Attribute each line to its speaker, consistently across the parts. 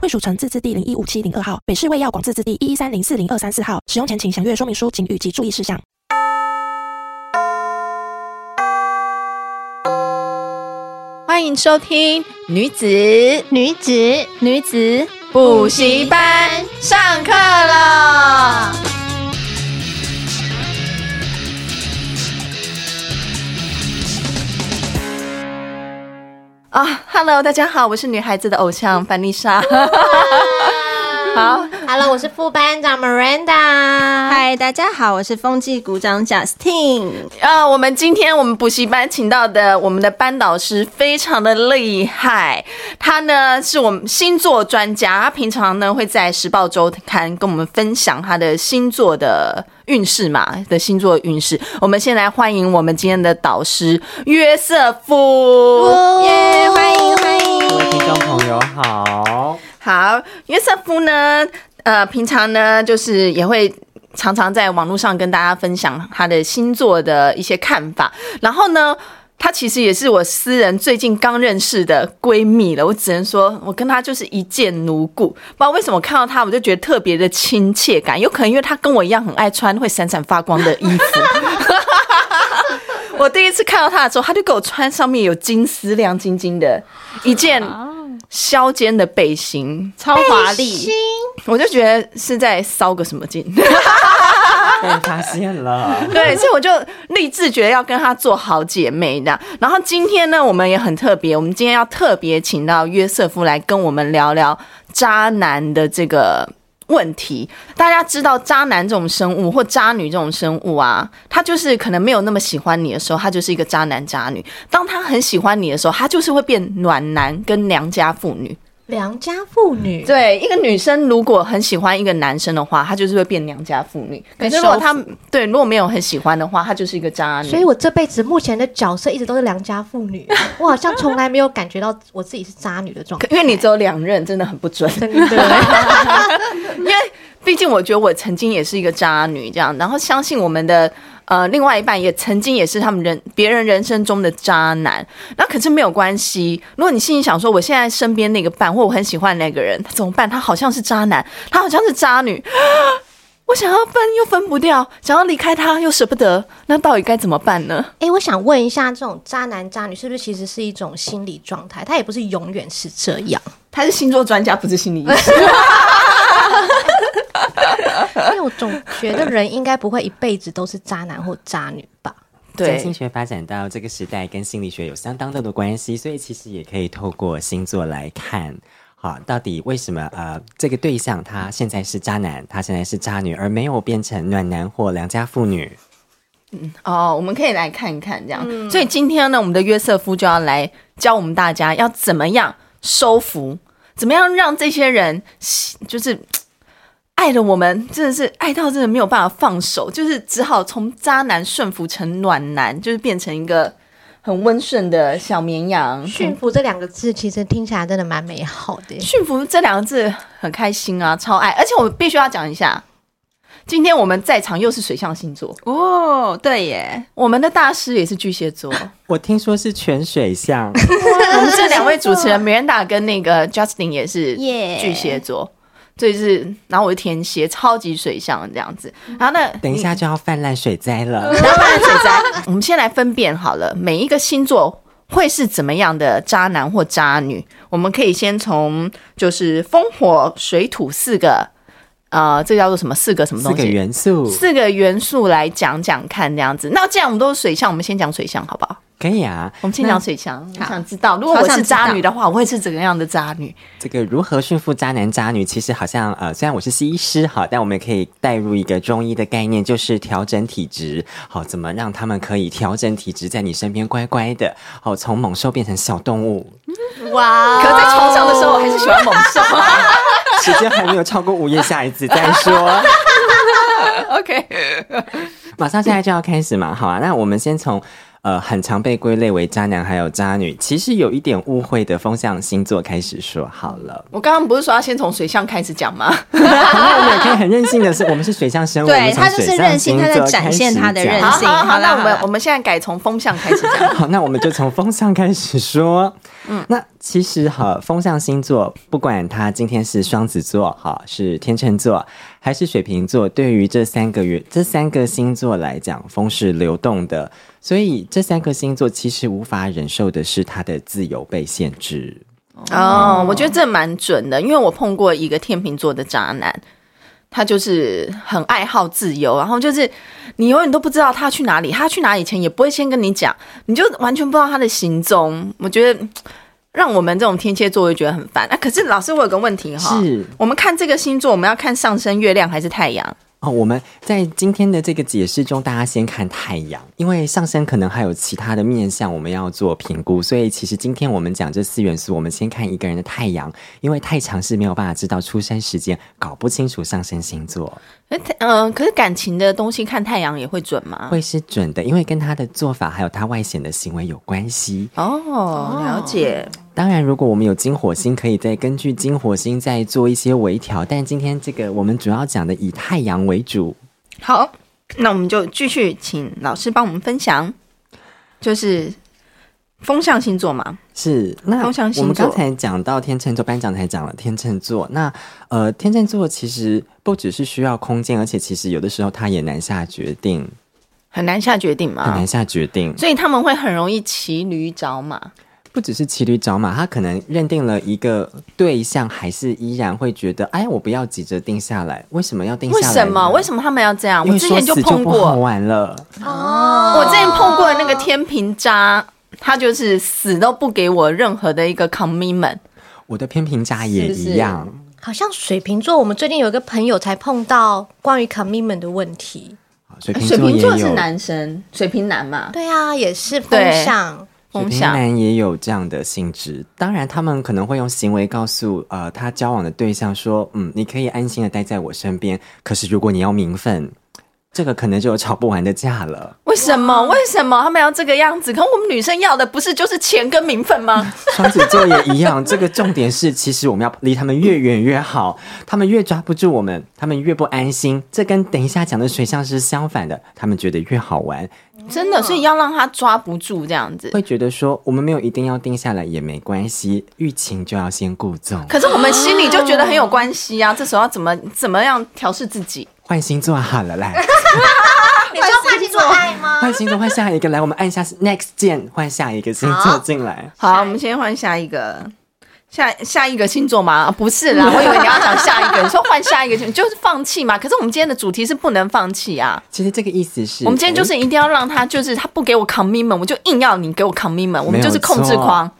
Speaker 1: 惠蜀城自治地零一五七零二号，北市卫药广自治地一一三零四零二三四号。使用前请详阅说明书请及注意事项。
Speaker 2: 欢迎收听《女子
Speaker 3: 女子，女子，
Speaker 2: 补习班》上课了。啊、h e l l o 大家好，我是女孩子的偶像范丽莎。 好，
Speaker 3: ，Hello，我是副班长 Miranda。嗨，大家好，我是风纪股长 Justin。
Speaker 2: 呃，我们今天我们补习班请到的我们的班导师非常的厉害，他呢是我们星座专家，他平常呢会在《时报周刊》跟我们分享他的星座的运势嘛的星座运势。我们先来欢迎我们今天的导师约瑟夫。
Speaker 4: 哦
Speaker 3: 耶，欢迎欢
Speaker 5: 各位听
Speaker 3: 迎。
Speaker 5: 众朋友好，
Speaker 2: 好，约瑟夫呢，呃，平常呢就是也会。常常在网络上跟大家分享他的星座的一些看法，然后呢，她其实也是我私人最近刚认识的闺蜜了。我只能说，我跟她就是一见如故。不知道为什么看到她，我就觉得特别的亲切感。有可能因为她跟我一样很爱穿会闪闪发光的衣服。我第一次看到她的时候，她就给我穿上面有金丝亮晶晶的一件削肩的背心，
Speaker 4: 超华丽，
Speaker 2: 我就觉得是在烧个什么劲。
Speaker 5: 被发现 了。
Speaker 2: 对，所以我就立志觉得要跟她做好姐妹的。然后今天呢，我们也很特别，我们今天要特别请到约瑟夫来跟我们聊聊渣男的这个。问题，大家知道渣男这种生物或渣女这种生物啊，他就是可能没有那么喜欢你的时候，他就是一个渣男渣女；当他很喜欢你的时候，他就是会变暖男跟良家妇女。
Speaker 3: 良家妇女，
Speaker 2: 对，一个女生如果很喜欢一个男生的话，她就是会变娘家妇女。可是如果她对如果没有很喜欢的话，她就是一个渣女。
Speaker 6: 所以我这辈子目前的角色一直都是良家妇女，我好像从来没有感觉到我自己是渣女的状态
Speaker 2: 可。因为你只有两任，真的很不准。
Speaker 6: 真的，
Speaker 2: 因为毕竟我觉得我曾经也是一个渣女这样，然后相信我们的呃另外一半也曾经也是他们人别人人生中的渣男。那可是没有关系，如果你心里想说我现在身边那个伴或我很喜欢那个人，他怎么办？他好像是渣男，他好像是渣女。我想要分又分不掉，想要离开他又舍不得，那到底该怎么办呢？
Speaker 6: 哎，我想问一下，这种渣男渣女是不是其实是一种心理状态？他也不是永远是这样，
Speaker 2: 他是星座专家，不是心理医师。
Speaker 6: 因为我总觉得人应该不会一辈子都是渣男或渣女吧？
Speaker 2: 对
Speaker 5: 占，星学发展到这个时代，跟心理学有相当大的关系，所以其实也可以透过星座来看。好，到底为什么呃这个对象他现在是渣男，他现在是渣女，而没有变成暖男或良家妇女？
Speaker 2: 哦，我们可以来看一看这样。
Speaker 4: 嗯
Speaker 2: 所以今天呢，我们的约瑟夫就要来教我们大家要怎么样收服，怎么样让这些人喜就是嘖爱的我们真的是爱到真的没有办法放手，就是只好从渣男顺服成暖男，就是变成一个很温顺的小绵羊。嗯
Speaker 6: 驯服这两个字其实听起来真的蛮美好的耶。
Speaker 2: 驯服这两个字很开心啊，超爱！而且我必须要讲一下，今天我们在场又是水象星座，
Speaker 4: 哦，对耶，
Speaker 2: 我们的大师也是巨蟹座。
Speaker 5: 我听说是全水 象，
Speaker 2: 我们这两位主 持人 Miranda 跟那个 Justin 也是
Speaker 3: 耶
Speaker 2: 巨蟹座，所以是，然后我是天蝎，超级水象这样子。然后呢，
Speaker 5: 等一下就要泛滥水灾 了。
Speaker 2: 当然水灾， 我们先来分辨好了，每一个星座会是怎么样的渣男或渣女？我们可以先从就是风火水土四个。
Speaker 3: 呃，这叫做什么四个什么
Speaker 5: 四
Speaker 3: 东
Speaker 5: 个
Speaker 3: 西？
Speaker 5: 元素
Speaker 3: 四个元素来讲讲看，这样子。那既然我们都是水象，我们先讲水象好不好？
Speaker 5: 可以啊。
Speaker 3: 我们先讲水象。我想知道，如果
Speaker 2: 好
Speaker 3: 我
Speaker 2: 想
Speaker 3: 是
Speaker 2: 知道
Speaker 3: 渣女的话，我会是怎样的渣女？
Speaker 5: 这个如何驯服渣男渣女，其实好像呃，虽然我是西医师哈，但我们也可以带入一个中医的概念，就是调整体质。好、怎么让他们可以调整体质，在你身边乖乖的，哦，从猛兽变成小动物，
Speaker 3: 可在床上的时候，我还是喜欢猛兽。
Speaker 5: 时间还没有超过午夜，下一次再说。
Speaker 3: OK，
Speaker 5: 马上现在就要开始嘛，好啊，那我们先从。呃，很常被归类为渣男还有渣女，其实有一点误会的风象星座开始说好了。
Speaker 3: 我刚刚不是说要先从水象开始讲 吗？
Speaker 5: 那我们也可以很任性的是，我们是水象生物，
Speaker 2: 对
Speaker 5: 我们从
Speaker 2: 他就是
Speaker 5: 水象
Speaker 2: 任性他在
Speaker 5: 星座
Speaker 2: 展
Speaker 5: 开
Speaker 2: 现
Speaker 5: 始
Speaker 2: 他的
Speaker 5: 讲
Speaker 2: 任
Speaker 3: 好
Speaker 2: 性
Speaker 3: 好好，
Speaker 2: 好啦
Speaker 3: 那我们
Speaker 2: 好啦
Speaker 3: 我们现在改从风象开始 讲。
Speaker 5: 好，那我们就从风象开始说。嗯，那其实哈，风象星座不管它今天是双子座，哈，是天秤座，还是水瓶座，对于这三个月这三个星座来讲，风是流动的，所以这三个星座其实无法忍受的是它的自由被限制。
Speaker 3: 哦，我觉得这蛮准的，因为我碰过一个天秤座的渣男，他就是很爱好自由，然后就是你永远都不知道他去哪里，他去哪里前也不会先跟你讲，你就完全不知道他的行踪。我觉得嗯让我们这种天蝎座会觉得很烦。啊，可是老师，我有个问题哈，
Speaker 5: 是
Speaker 3: 我们看这个星座，我们要看上升、月亮还是太阳？
Speaker 5: 哦，我们在今天的这个解释中，大家先看太阳，因为上升可能还有其他的面相我们要做评估，所以其实今天我们讲这四元素，我们先看一个人的太阳，因为太长是没有办法知道出生时间，搞不清楚上升星座
Speaker 3: 哎，太嗯、可是感情的东西看太阳也会准吗？
Speaker 5: 会是准的，因为跟他的做法还有他外显的行为有关系。
Speaker 3: 哦，了解。
Speaker 5: 当然，如果我们有金火星，可以再根据金火星再做一些微调，但今天这个我们主要讲的以太阳为主。
Speaker 3: 好，那我们就继续请老师帮我们分享，就是风象星座嘛。
Speaker 5: 是，那
Speaker 3: 风象星
Speaker 5: 我们
Speaker 3: 座
Speaker 5: 刚才讲到天秤座，班长才讲了天秤座。那呃，天秤座其实不只是需要空间，而且其实有的时候他也难下决定，
Speaker 3: 很难下决定嘛，
Speaker 5: 很难下决定。
Speaker 3: 所以他们会很容易骑驴找马。
Speaker 5: 不只是骑驴找马，他可能认定了一个对象，还是依然会觉得，哎，我不要急着定下来，为什么要定下
Speaker 3: 为
Speaker 5: 来呢？
Speaker 3: 什么？为什么他们要这样？
Speaker 5: 因
Speaker 3: 我
Speaker 5: 为
Speaker 3: 之
Speaker 5: 说
Speaker 3: 前
Speaker 5: 死就
Speaker 3: 碰
Speaker 5: 不好
Speaker 3: 过，
Speaker 5: 玩了。
Speaker 3: 我之前碰过的那个天平渣，他就是死都不给我任何的一个 commitment。
Speaker 5: 我的偏平渣也一样，
Speaker 6: 好像水瓶座，我们最近有一个朋友才碰到关于 commitment 的问题。
Speaker 3: 呃
Speaker 5: 水瓶座也有，水
Speaker 3: 生，水瓶男嘛。
Speaker 6: 对啊，也是
Speaker 3: 对
Speaker 6: 风向。
Speaker 3: 风
Speaker 5: 瓶
Speaker 3: 象
Speaker 5: 男也有这样的性质。当然，他们可能会用行为告诉呃他交往的对象说，嗯，你可以安心的待在我身边。可是如果你要名分，这个可能就有吵不完的架了。
Speaker 3: 为什么？为什么他们要这个样子？可我们女生要的不是就是钱跟名分吗？
Speaker 5: 双子座也一样，这个重点是，其实我们要离他们越远越好，他们越抓不住我们，他们越不安心。这跟等一下讲的水象是相反的，他们觉得越好玩，
Speaker 3: 真的，所以要让他抓不住这样子。
Speaker 5: 会觉得说我们没有一定要定下来也没关系，欲擒就要先故纵。
Speaker 3: 可是我们心里就觉得很有关系
Speaker 5: 哦
Speaker 3: 啊，这时候要怎么怎么样调试自己？
Speaker 5: 换星座好了，来，
Speaker 6: 你知道换星座爱吗？
Speaker 5: 换星座，换下一个，来，我们按下 next 键，换下一个星座进来。
Speaker 3: 好，我们先换下一个，下下一个星座吗？啊不是 啦，我以为你要讲下一个，你说换下一个星座就是放弃嘛。可是我们今天的主题是不能放弃啊，
Speaker 5: 其实这个意思是，
Speaker 3: 我们今天就是一定要让他，就是他不给我 commitment，我就硬要你给我 commitment，我们就是控制狂。
Speaker 5: 诶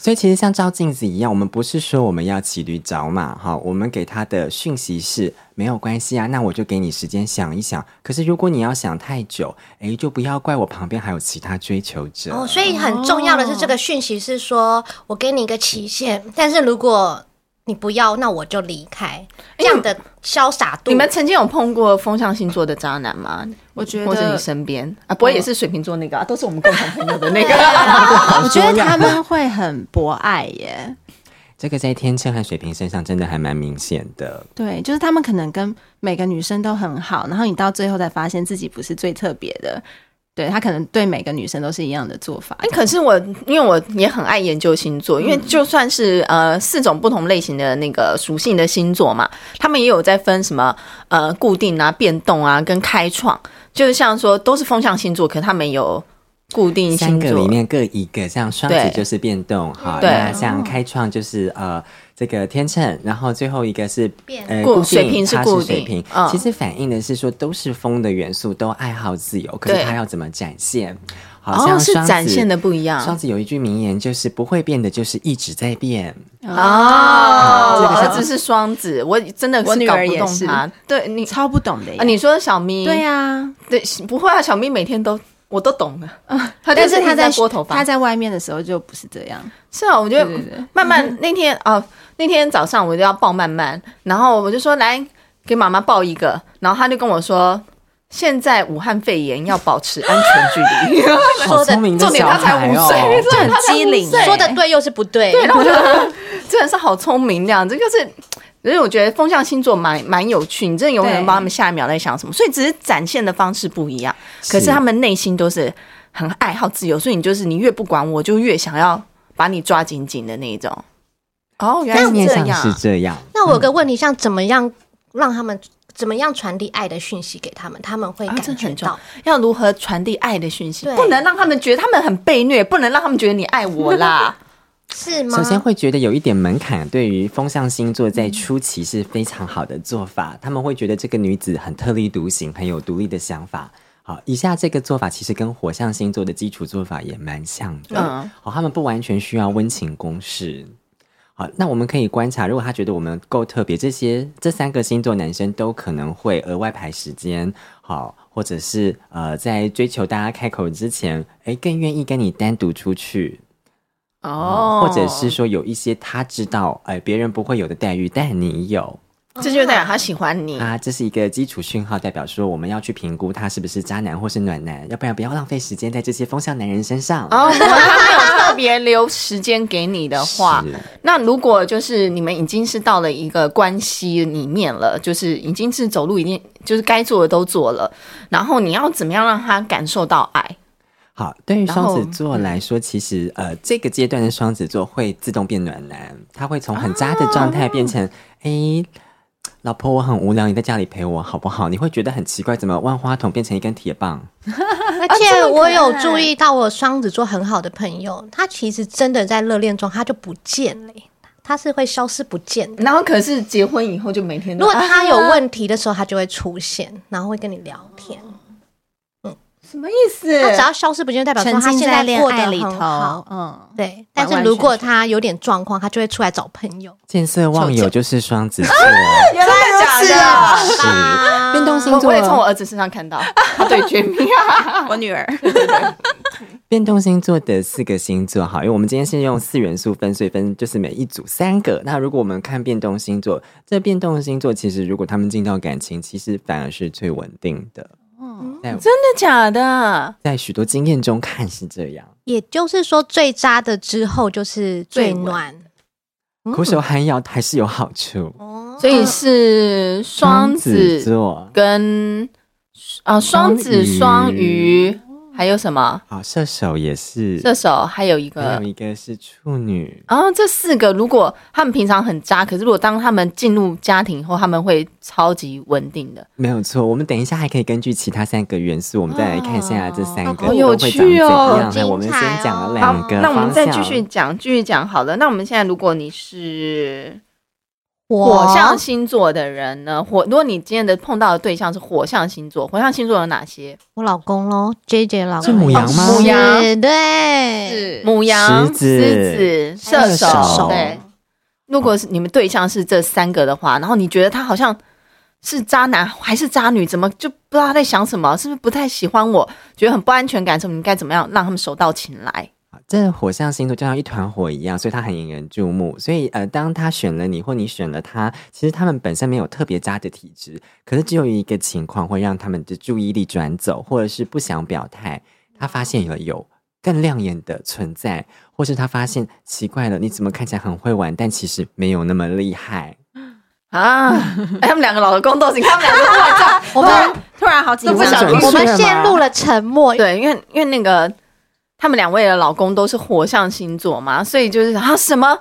Speaker 5: 所以其实像照镜子一样，我们不是说我们要骑驴找马哈，我们给他的讯息是没有关系啊，那我就给你时间想一想。可是如果你要想太久，哎，就不要怪我旁边还有其他追求者。
Speaker 6: 哦，所以很重要的是，这个讯息是说我给你一个期限，但是如果你不要，那我就离开。
Speaker 2: 哎
Speaker 6: 这样的潇洒度，
Speaker 3: 你们曾经有碰过风象星座的渣男吗？
Speaker 2: 我觉
Speaker 3: 或者你
Speaker 2: 得
Speaker 3: 身边啊，不会也是水瓶座那个啊，都是我们共同朋友的 那个。
Speaker 2: 我觉得他们会很博爱耶。
Speaker 5: 这个在天秤和水瓶身上真的还蛮明显的。
Speaker 2: 对，就是他们可能跟每个女生都很好，然后你到最后才发现自己不是最特别的。对他可能对每个女生都是一样的做法
Speaker 3: 哎、。可是我因为我也很爱研究星
Speaker 2: 嗯
Speaker 3: 座，因为就算是呃四种不同类型的那个属性的星座嘛，他们也有在分什么呃固定啊、变动啊跟开创，就是像说都是风象星座，可他们有
Speaker 2: 固定
Speaker 5: 三
Speaker 2: 星
Speaker 5: 个
Speaker 2: 座
Speaker 5: 里面各一个，像双子
Speaker 2: 对
Speaker 5: 就是变动，好，
Speaker 2: 对
Speaker 5: 那像开创就是呃这个天秤，然后最后一个是
Speaker 6: 变
Speaker 5: 呃
Speaker 2: 固
Speaker 5: 固定，
Speaker 2: 水瓶是
Speaker 5: 它
Speaker 2: 固
Speaker 5: 是
Speaker 2: 定
Speaker 5: 水瓶
Speaker 2: 嗯。
Speaker 5: 其实反映的是说都是风的元素，都爱好自由，可是
Speaker 2: 对
Speaker 5: 他要怎么展现？好
Speaker 2: 哦
Speaker 5: 像
Speaker 2: 是
Speaker 5: 双子
Speaker 2: 展现的不一样
Speaker 5: 双子有一句名言就是不会变的，就是一直在变。
Speaker 2: 哦，
Speaker 3: 啊
Speaker 5: 这
Speaker 2: 我
Speaker 5: 个
Speaker 2: 儿
Speaker 5: 像
Speaker 2: 子是双子，我真的
Speaker 3: 我
Speaker 2: 是
Speaker 3: 女
Speaker 2: 搞
Speaker 3: 儿
Speaker 2: 不
Speaker 3: 也
Speaker 2: 懂
Speaker 3: 是
Speaker 2: 他。对你
Speaker 3: 超不懂的耶
Speaker 2: 啊，你说小咪
Speaker 3: 对呀，
Speaker 2: 对，不会啊，小咪每天都我都懂的，他就
Speaker 3: 啊但是
Speaker 2: 一直
Speaker 3: 他
Speaker 2: 在
Speaker 3: 在
Speaker 2: 拨头发
Speaker 3: 他。在外面的时候就不是这样。
Speaker 2: 是啊，我觉得
Speaker 3: 对对对
Speaker 2: 慢慢那天哦，那天早上我就要抱慢慢，然后我就说来给妈妈抱一个，然后他就跟我说。现在武汉肺炎要保持 安全距离，
Speaker 5: 好聪明的
Speaker 2: 重点
Speaker 5: 小
Speaker 2: 他才
Speaker 5: 孩
Speaker 2: 五
Speaker 5: 哦！
Speaker 2: 岁，
Speaker 3: 就很机灵欸
Speaker 6: 说的对又是不对，
Speaker 2: 对，然后我觉得真的是好聪明，这样这就是。因为我觉得风象星座蛮蛮有趣，你真的永远
Speaker 3: 对
Speaker 2: 不知道他们下一秒在想什么，所以只是展现的方式不一样，
Speaker 5: 是
Speaker 2: 可是他们内心都是很爱好自由，所以你就是你越不管我，就越想要哦把你抓紧紧的那一种。哦，原来
Speaker 5: 概
Speaker 2: 是
Speaker 5: 念
Speaker 2: 这
Speaker 5: 上是
Speaker 2: 样，
Speaker 5: 这样，
Speaker 6: 那我有个问题，像怎么样让他们怎么样传递爱的讯息给他们，他们会
Speaker 2: 啊这
Speaker 6: 感觉
Speaker 2: 很重
Speaker 6: 到
Speaker 2: 要。要如何传递爱的讯息？
Speaker 6: 对
Speaker 2: 不能让他们觉得他们很被虐，不能让他们觉得你爱我啦。
Speaker 6: 是吗？
Speaker 5: 首先会觉得有一点门槛，对于风象星座在初期是非常好的做法，他们会觉得这个女子很特立独行，很有独立的想法。好，以下这个做法其实跟火象星座的基础做法也蛮像的。
Speaker 2: 嗯
Speaker 5: 好，他们不完全需要温情攻势。好，那我们可以观察，如果他觉得我们够特别，这些这三个星座男生都可能会额外排时间，好，或者是呃，在追求大家开口之前，诶，更愿意跟你单独出去，
Speaker 2: 哦
Speaker 5: 或者是说有一些他知道，哎、别人不会有的待遇，但你有
Speaker 2: 这就代表他喜欢你。
Speaker 5: 啊，这是一个基础讯号，代表说我们要去评估他是不是渣男或是暖男，要不然不要浪费时间在这些风向男人身上。
Speaker 2: 哦，如果他没有特别留时间给你的话
Speaker 5: 是，
Speaker 2: 那如果就是你们已经是到了一个关系里面了，就是已经是走路已经就是该做的都做了，然后你要怎么样让他感受到爱？
Speaker 5: 好，对于
Speaker 2: 然后
Speaker 5: 双子座来说，其实呃，这个阶段的双子座会自动变暖男，他会从很渣的状态变成，诶，老婆，我很无聊，你在家里陪我好不好？你会觉得很奇怪，怎么万花筒变成一根铁棒？
Speaker 6: 而
Speaker 2: 啊
Speaker 6: 且我有注意到，我双子座很好的朋友，他其实真的在热恋中他就不见了耶，他是会消失不见的。
Speaker 2: 然后可是结婚以后就每天
Speaker 6: 如果他有问题的时候，他就会出现，然后会跟你聊天。
Speaker 2: 哦
Speaker 6: 嗯
Speaker 2: 什么意思？
Speaker 6: 他只要消失不见，代表说
Speaker 3: 沉
Speaker 6: 他
Speaker 3: 浸
Speaker 6: 现在
Speaker 3: 恋
Speaker 6: 过得
Speaker 3: 爱里头
Speaker 6: 很好。，
Speaker 3: 嗯，
Speaker 6: 对，
Speaker 3: 完
Speaker 6: 但是如果他有点状况，他就会出来找朋友。
Speaker 5: 见色忘友就是啊双 子座，
Speaker 2: 原来如此啊！
Speaker 5: 是。
Speaker 6: 变动
Speaker 2: 我我也从我儿子身上看到他对绝命啊，
Speaker 3: 我女儿
Speaker 5: 变动星座的四个星座，好，因为我们今天是用四元素分，所以分就是每一组三个。那如果我们看变动星座，这变动星座其实如果他们进到感情，其实反而是最稳定的。嗯，在
Speaker 2: 真的假的？
Speaker 5: 在许多经验中看是这样，
Speaker 6: 也就是说，最渣的之后就是最
Speaker 3: 最稳
Speaker 6: 暖
Speaker 5: 苦守寒窑还是有好处。
Speaker 2: 嗯
Speaker 6: 哦。
Speaker 2: 所以是双
Speaker 5: 子
Speaker 2: 子
Speaker 5: 座，
Speaker 2: 跟啊双子、双
Speaker 5: 双鱼
Speaker 2: 鱼，还有什么
Speaker 5: 好，射手也是，
Speaker 2: 射手，还有一
Speaker 5: 还
Speaker 2: 个
Speaker 5: 有。一个是处女。
Speaker 2: 然后这四个，如果他们平常很渣，可是如果当他们进入家庭以后，他们会超级稳定的。
Speaker 5: 没有错，我们等一下还可以根据其他三个元素，我们再来看一下这三个
Speaker 6: 好
Speaker 5: 都
Speaker 2: 有
Speaker 5: 会
Speaker 2: 趣
Speaker 5: 长怎
Speaker 2: 哦
Speaker 5: 样。
Speaker 6: 精
Speaker 5: 那我们
Speaker 6: 彩
Speaker 5: 先讲
Speaker 6: 哦
Speaker 5: 了两个方向，
Speaker 2: 那我们再继续讲，继续讲好了。那我们现在，如果你是火象星座的人呢，火，如果你今天的碰到的对象是火象星座，火象星座有哪些？
Speaker 6: 我老公喽，J J 老公
Speaker 5: 是母羊吗
Speaker 6: 是
Speaker 2: 母羊
Speaker 6: 对，
Speaker 2: 母羊、
Speaker 5: 狮子
Speaker 2: 狮子、射
Speaker 5: 射手
Speaker 2: 对。如果是你们对象是这三个的话，然后你觉得他好像是渣男还是渣女，怎么就不知道他在想什么？是不是不太喜欢我？觉得很不安全感什么？你应该怎么样让他们手到擒来？
Speaker 5: 啊这火象星座就像一团火一样，所以它很引人注目。所以呃，当他选了你或你选了他，其实他们本身没有特别渣的体质，可是只有一个情况会让他们的注意力转走，或者是不想表态。他发现了有更亮眼的存在，或是他发现奇怪了，你怎么看起来很会玩，但其实没有那么厉害。
Speaker 2: 啊！哎，他们两个老公都 是，你看他们两个突然这样
Speaker 6: 我们
Speaker 3: 突然好紧
Speaker 2: 都不
Speaker 3: 张
Speaker 2: 小心
Speaker 5: 不是
Speaker 6: 我们陷入了沉默。
Speaker 2: 对，因为因为那个他们两位的老公都是火象星座嘛，所以就是啊什么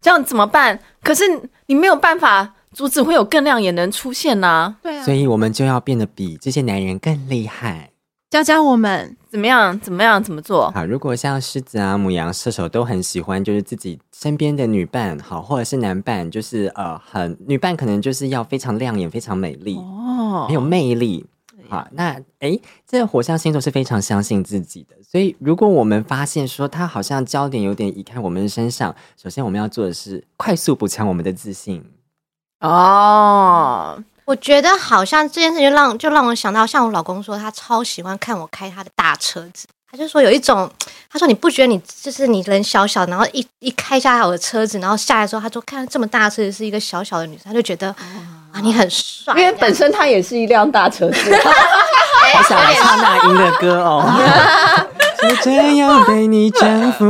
Speaker 2: 这样怎么办？可是你没有办法阻止会有更亮眼的人出现呐、
Speaker 3: 对啊
Speaker 5: 所，以我们就要变得比这些男人更厉害。
Speaker 3: 教教我们，
Speaker 2: 怎么样？怎么样？怎么做？
Speaker 5: 好，如果像狮子啊、母羊、射手都很喜欢，就是自己身边的女伴，好，或者是男伴，就是呃，很女伴可能就是要非常亮眼、非常美丽，
Speaker 3: 哦
Speaker 5: 很有魅力。好，那诶，这个火象星座是非常相信自己的，所以如果我们发现说他好像焦点有点移开我们身上，首先我们要做的是快速补强我们的自信。
Speaker 2: 哦，
Speaker 6: 我觉得好像这件事情就让就让我想到，像我老公说他超喜欢看我开他的大车子，他就说有一种，他说你不觉得你就是你人小小，然后一一开下我的车子，然后下来之后，他说看这么大车子是一个小小的女生，他就觉得
Speaker 3: 哦
Speaker 6: 啊你很帅，
Speaker 2: 因为本身它也是一辆大车子。
Speaker 5: 好想来唱那英的歌哦，就这样被你征服。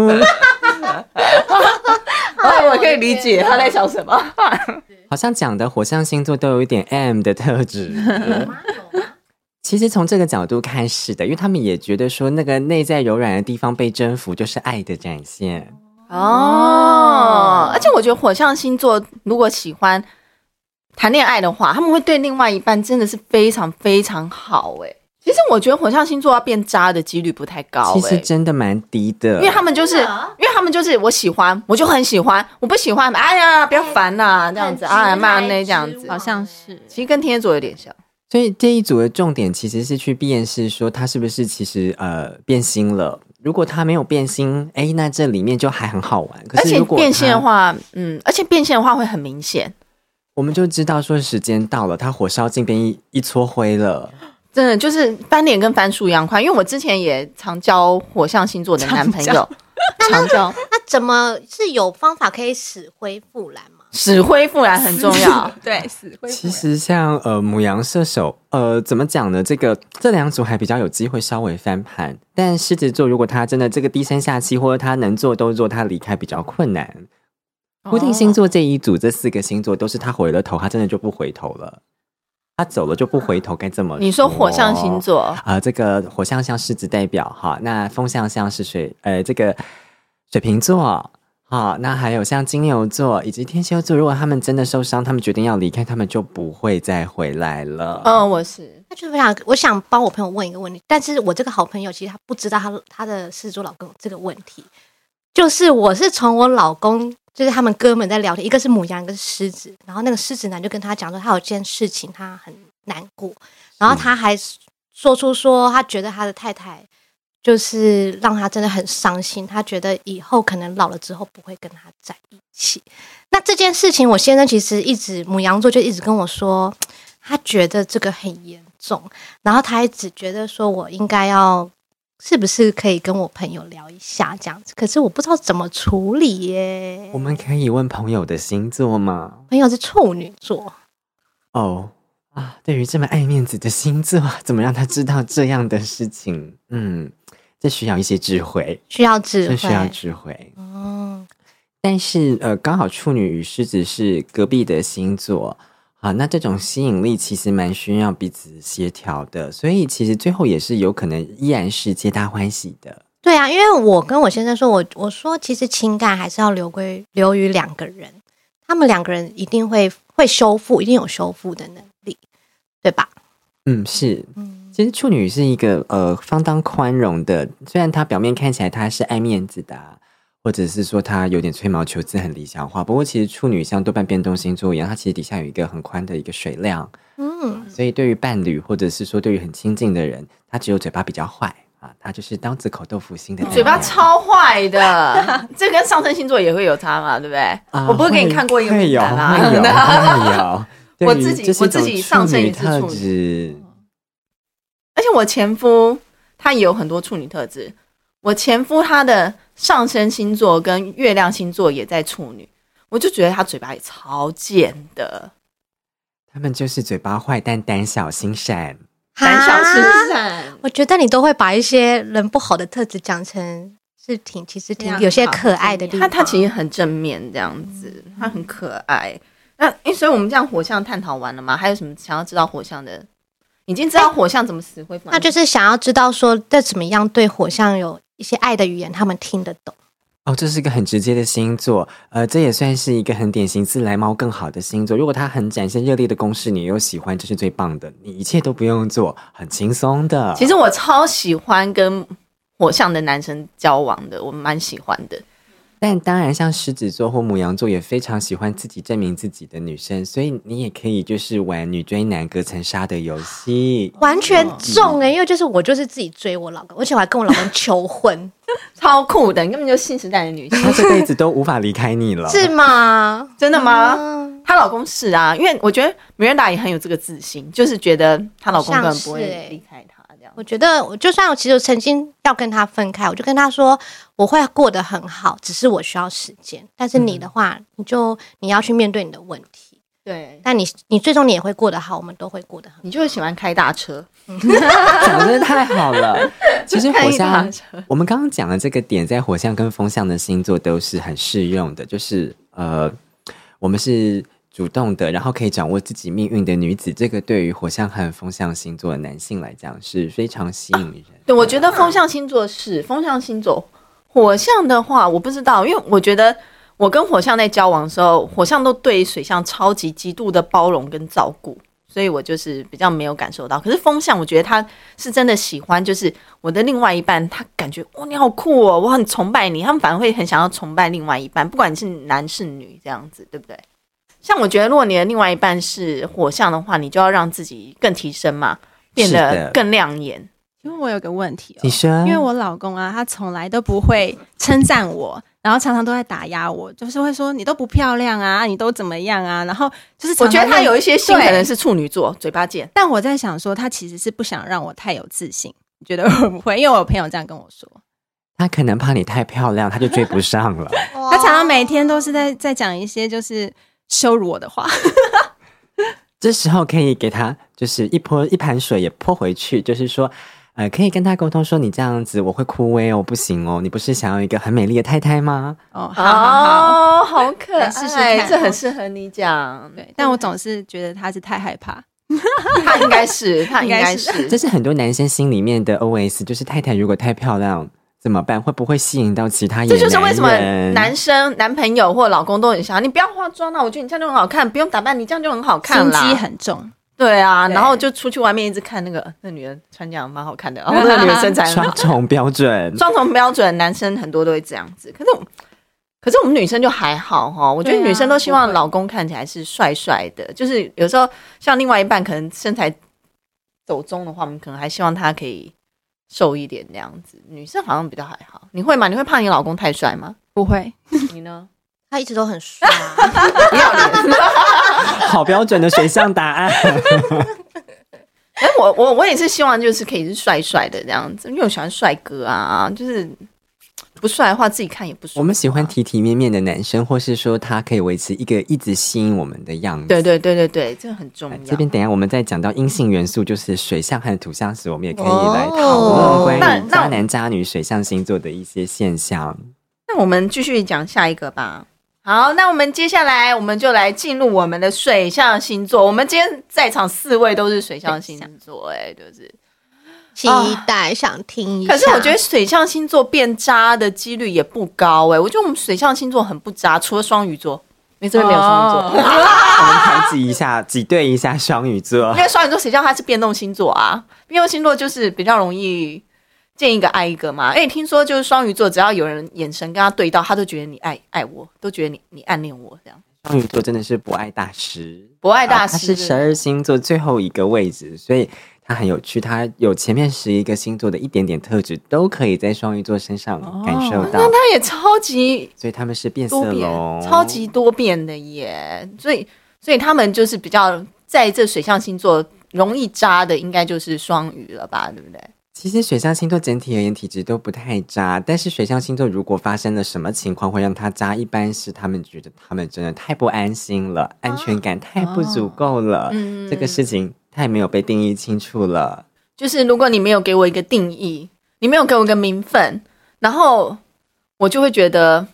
Speaker 2: 哎，我可以理解他在想什么。
Speaker 5: 好像讲的火象星座都有一点 M 的 特质。其实从这个角度看是的，因为他们也觉得说那个内在柔软的地方被征服就是爱的展现。
Speaker 3: 嗯
Speaker 2: 哦，而且我觉得火象星座如果喜欢谈恋爱的话，他们会对另外一半真的是非常非常好哎、其实我觉得火象星座要变渣的几率不太高
Speaker 5: 其
Speaker 2: 哎、
Speaker 5: 实真的蛮低的，
Speaker 2: 因为他们就是，因为他们就是我喜欢我就很喜欢，我不喜欢哎呀不要烦啦、这样子啊骂那这样子，
Speaker 3: 好像是
Speaker 2: 其实跟天蝎座有点像。
Speaker 5: 所以这一组的重点其实是去辨识说他是不是其实呃变心了。如果他没有变心，哎，那这里面就还很好玩。可
Speaker 2: 而
Speaker 5: 是
Speaker 2: 且
Speaker 5: 如果
Speaker 2: 变现的
Speaker 5: 他，
Speaker 2: 话，嗯，而且变现的话会很明显，
Speaker 5: 我们就知道说时间到了，他火烧尽边一一撮灰了。
Speaker 2: 真的就是翻脸跟翻书一样快。因为我之前也常交火象星座的男朋友，常交
Speaker 6: 那怎么是有方法可以使恢复来吗？
Speaker 2: 死灰复燃很重 要。
Speaker 3: 对，死灰
Speaker 5: 其实像呃母羊射手，呃怎么讲呢？这个这两组还比较有机会稍微翻盘，但狮子座如果他真的这个低声下气，或者他能做都做，他离开比较困难。
Speaker 2: 哦
Speaker 5: 固定星座这一组，这四个星座都是他回了头，他真的就不回头了，他走了就不回头，该怎么？
Speaker 2: 你说火象星座
Speaker 5: 啊、这个火象像狮子代表哈，那风象像是水呃这个水瓶座。好，那还有像金牛座以及天蝎座，如果他们真的受伤，他们决定要离开，他们就不会再回来了。
Speaker 6: 哦
Speaker 2: 嗯，我是
Speaker 6: 那就是我想，我想帮我朋友问一个问题，但是我这个好朋友其实他不知道他他的狮子座老公这个问题，就是我是从我老公，就是他们哥们在聊天，一个是母羊，一个是狮子，然后那个狮子男就跟他讲说，他有件事情他很难过，然后他还说出说他觉得他的太太就是让他真的很伤心，他觉得以后可能老了之后不会跟他在一起。那这件事情，我先生其实一直母羊座就一直跟我说，他觉得这个很严重，然后他一直觉得说我应该要是不是可以跟我朋友聊一下这样子，可是我不知道怎么处理耶
Speaker 5: 我。们可以问朋友的星座吗？
Speaker 6: 朋友是处女座，
Speaker 5: 哦啊，对于这么爱面子的星座， 怎么让他知道这样的事情？嗯，这需要一些智慧，
Speaker 6: 需要智
Speaker 5: 这
Speaker 6: 慧，
Speaker 5: 需要智慧。
Speaker 6: 嗯，
Speaker 5: 但是呃，刚好处女与狮子是隔壁的星座。啊，那这种吸引力其实蛮需要彼此协调的，所以其实最后也是有可能依然是皆大欢喜的。
Speaker 6: 对啊，因为我跟我先生说，我我说其实情感还是要留归留于两个人，他们两个人一定会会修复，一定有修复的能力，对吧？
Speaker 5: 嗯，是。
Speaker 6: 嗯，
Speaker 5: 其实处女是一个呃相当宽容的，虽然她表面看起来她是爱面子的啊、或者是说她有点吹毛求疵、很理想化，不过其实处女像多半变动星座一样，它其实底下有一个很宽的一个水量，啊
Speaker 6: 嗯，
Speaker 5: 所以对于伴侣或者是说对于很亲近的人，她只有嘴巴比较坏啊，她就是刀子口豆腐心
Speaker 6: 嗯
Speaker 5: 的那样，
Speaker 2: 嘴巴超坏 的，这跟上升星座也会有差嘛，对不对？
Speaker 5: 啊
Speaker 2: 我不是给你看过一个
Speaker 5: 会
Speaker 2: 名
Speaker 5: 有
Speaker 2: 单
Speaker 5: 会有会
Speaker 2: 啊？，
Speaker 5: 有
Speaker 2: 我
Speaker 5: 对于
Speaker 2: 自己
Speaker 5: 这是
Speaker 2: 我
Speaker 5: 一种
Speaker 2: 自己上
Speaker 5: 处
Speaker 2: 升
Speaker 5: 女
Speaker 2: 也是
Speaker 5: 特
Speaker 2: 处女
Speaker 5: 质，
Speaker 2: 而且我前夫他也有很多处女特质，我前夫他的上升星座跟月亮星座也在处女，我就觉得他嘴巴也超贱的，
Speaker 5: 他们就是嘴巴坏，但胆小心善。
Speaker 2: 胆小心
Speaker 6: 啊
Speaker 2: 善。
Speaker 6: 我觉得你都会把一些人不好的特质讲成是挺，其实挺有些可爱的地
Speaker 2: 他
Speaker 6: 方。嗯
Speaker 2: 他其实很正面这样子，他很可爱。那诶，所以我们这样火象探讨完了吗？还有什么想要知道火象的？已经知道火象怎么死灰复燃
Speaker 6: 那就是想要知道说，这怎么样对火象有一些爱的语言，他们听得懂。
Speaker 5: 哦，这是一个很直接的星座，呃，这也算是一个很典型自来猫更好的星座。如果它很展现热烈的攻势，你又喜欢，这是最棒的，你一切都不用做，很轻松的。
Speaker 2: 其实我超喜欢跟火象的男生交往的，我蛮喜欢的。
Speaker 5: 但当然，像狮子座或母羊座也非常喜欢自己证明自己的女生，所以你也可以就是玩女追男隔层纱的游戏。
Speaker 6: 完全中哎、因为就是我就是自己追我老公， 而且我还跟我老公求婚，
Speaker 2: 超酷的，你根本就新时代的女性，
Speaker 5: 她这辈子都无法离开你了。
Speaker 6: 是吗？
Speaker 2: 真的吗？
Speaker 6: 嗯，
Speaker 2: 她老公是啊，因为我觉得米瑞达也很有这个自信，就是觉得她老公根本不
Speaker 6: 好像
Speaker 2: 会
Speaker 6: 是欸
Speaker 2: 离开她这样。
Speaker 6: 我觉得我就算我其实我曾经要跟他分开，我就跟他说我会过得很好，只是我需要时间。但是你的话，你就你要去面对你的问题，
Speaker 2: 对，
Speaker 6: 但你你最终你也会过得好，我们都会过得很好。
Speaker 2: 你就会喜欢开大车，
Speaker 5: 讲得真的太好了。 其实火
Speaker 2: 开大
Speaker 5: 象
Speaker 2: 车，
Speaker 5: 我们刚刚讲的这个点，在火象跟风象的星座都是很适用的，就是呃，我们是主动的，然后可以掌握自己命运的女子，这个对于火象和风象星座的男性来讲是非常吸引人。
Speaker 2: 对，我觉
Speaker 5: 嗯
Speaker 2: 得风象星座是风象星座，火象的话我不知道，因为我觉得我跟火象在交往的时候，火象都对水象超级极度的包容跟照顾，所以我就是比较没有感受到。可是风象，我觉得他是真的喜欢，就是我的另外一半，他感觉哇你好酷哦，我很崇拜你，他们反而会很想要崇拜另外一半，不管你是男是女这样子，对不对？像我觉得，如果你的另外一半是火象的话，你就要让自己更提升嘛，变
Speaker 5: 是
Speaker 2: 得
Speaker 5: 的
Speaker 2: 更亮眼。
Speaker 3: 因为我有个问题、哦
Speaker 5: 你，说，
Speaker 3: 因
Speaker 2: 嗯
Speaker 3: 为我老公啊，他从来都不会称赞我，然后常常都在打压我，就是会说你都不漂亮啊，你都怎么样啊，然后就是
Speaker 2: 我
Speaker 3: 常常
Speaker 2: 觉得他
Speaker 3: 会
Speaker 2: 有一些心
Speaker 3: 对
Speaker 2: 可能是处女座，嘴巴贱。
Speaker 3: 但我在想说，他其实是不想让我太有自信，你觉得会不会？因为我有朋友这样跟我说，
Speaker 5: 他可能怕你太漂亮，他就追不 上了。
Speaker 3: 他常常每天都是在在讲一些就是羞辱我的话，
Speaker 5: 这时候可以给他就是一泼一盘水也泼回去，就是说，呃，可以跟他沟通说，你这样子我会枯萎哦，不行哦，你不是想要一个很美丽的太太吗？
Speaker 3: 哦， 好好好，
Speaker 2: 哦，好可
Speaker 3: 来试试看
Speaker 2: 这很适合你讲。
Speaker 3: 对，但我总是觉得他是太害怕，
Speaker 2: 他应该是，他应该
Speaker 5: 这
Speaker 2: 是。
Speaker 5: 是很多男生心里面的 OS，就是太太如果太漂亮怎么办？会不会吸引到其他野
Speaker 2: 这就是为什么
Speaker 5: 人
Speaker 2: 男生、男朋友或老公都很想要你不要化妆啊，我觉得你这样就很好看，不用打扮，你这样就很好看
Speaker 3: 心
Speaker 2: 啦。
Speaker 3: 机很重，
Speaker 2: 对啊，
Speaker 3: 对
Speaker 2: 然后就出去外面一直看那个呃那女人穿这样蛮好看的，然后那个女人身材很
Speaker 5: 双
Speaker 2: 好，
Speaker 5: 重标准？
Speaker 2: 双重标准，男生很多都会这样子。可是我，可是我们女生就还好哈。我觉得
Speaker 3: 对啊
Speaker 2: 女生都希
Speaker 3: 不
Speaker 2: 望
Speaker 3: 会
Speaker 2: 老公看起来是帅帅的，就是有时候像另外一半可能身材走中的话，我们可能还希望他可以瘦一点那样子。女生好像比较还好，你会吗？你会怕你老公太帅吗？
Speaker 3: 不会，
Speaker 2: 你呢？
Speaker 6: 他一直都很 帅、啊，
Speaker 2: 不要脸。
Speaker 5: 好标准的选项答 案。
Speaker 2: 哎，我我我也是希望就是可以是帅帅的这样子，因为我喜欢帅哥啊，就是不帅的话自己看也不舒服啊。
Speaker 5: 我们喜欢体体面面的男生，或是说他可以维持一个一直吸引我们的样子。
Speaker 2: 对对对对对，这个很重
Speaker 5: 哎
Speaker 2: 要。
Speaker 5: 这边等一下我们在讲到阴性元素，就是水象和土象时，我们也可以来讨论
Speaker 6: 哦
Speaker 5: 关
Speaker 2: 那
Speaker 5: 于
Speaker 2: 那
Speaker 5: 渣
Speaker 2: 我
Speaker 5: 男渣女水象星座的一些现象。
Speaker 2: 那我们继续讲下一个吧。好，那我们接下来我们就来进入我们的水象星座。我们今天在场四位都是水象星座、哎，就是。
Speaker 6: 期待想听一
Speaker 2: 哦
Speaker 6: 下。
Speaker 2: 可是我觉得水象星座变渣的几率也不高、哎，我觉得我们水象星座很不渣，除了双鱼座，因为这边没有双鱼座，
Speaker 5: 我们排挤一下，挤兑一下双 鱼座
Speaker 2: 因。为双鱼座谁叫它是变动星座啊？变动星座就是比较容易见一个爱一个嘛。而且听说就是双鱼座，只要有人眼神跟他对到，他都觉得你爱爱我，都觉得你你暗恋我这样。
Speaker 5: 双鱼座真的是不爱大师，
Speaker 2: 不爱大
Speaker 5: 啊他
Speaker 2: 师
Speaker 5: 是十二星座最后一个位置，所以他很有趣。他有前面十一个星座的一点点特质，都可以在双鱼座身上感受到，
Speaker 2: 哦他也超级
Speaker 5: 所以他们是变
Speaker 2: 多
Speaker 5: 色
Speaker 2: 变
Speaker 5: 龙，，
Speaker 2: 超级多变的耶。所以，所以他们就是比较在这水象星座容易渣的，应该就是双鱼了吧，对不对？
Speaker 5: 其实水象星座整体而言体质都不太渣，但是水象星座如果发生了什么情况会让他渣，一般是他们觉得他们真的太不安心了，安全感太不足够
Speaker 2: 哦
Speaker 5: 了，
Speaker 2: 嗯
Speaker 5: 这个事情太没有被定义清楚了。
Speaker 2: 就是如果你没有给我一个定义，你没有给我一个名分，然后我就会觉得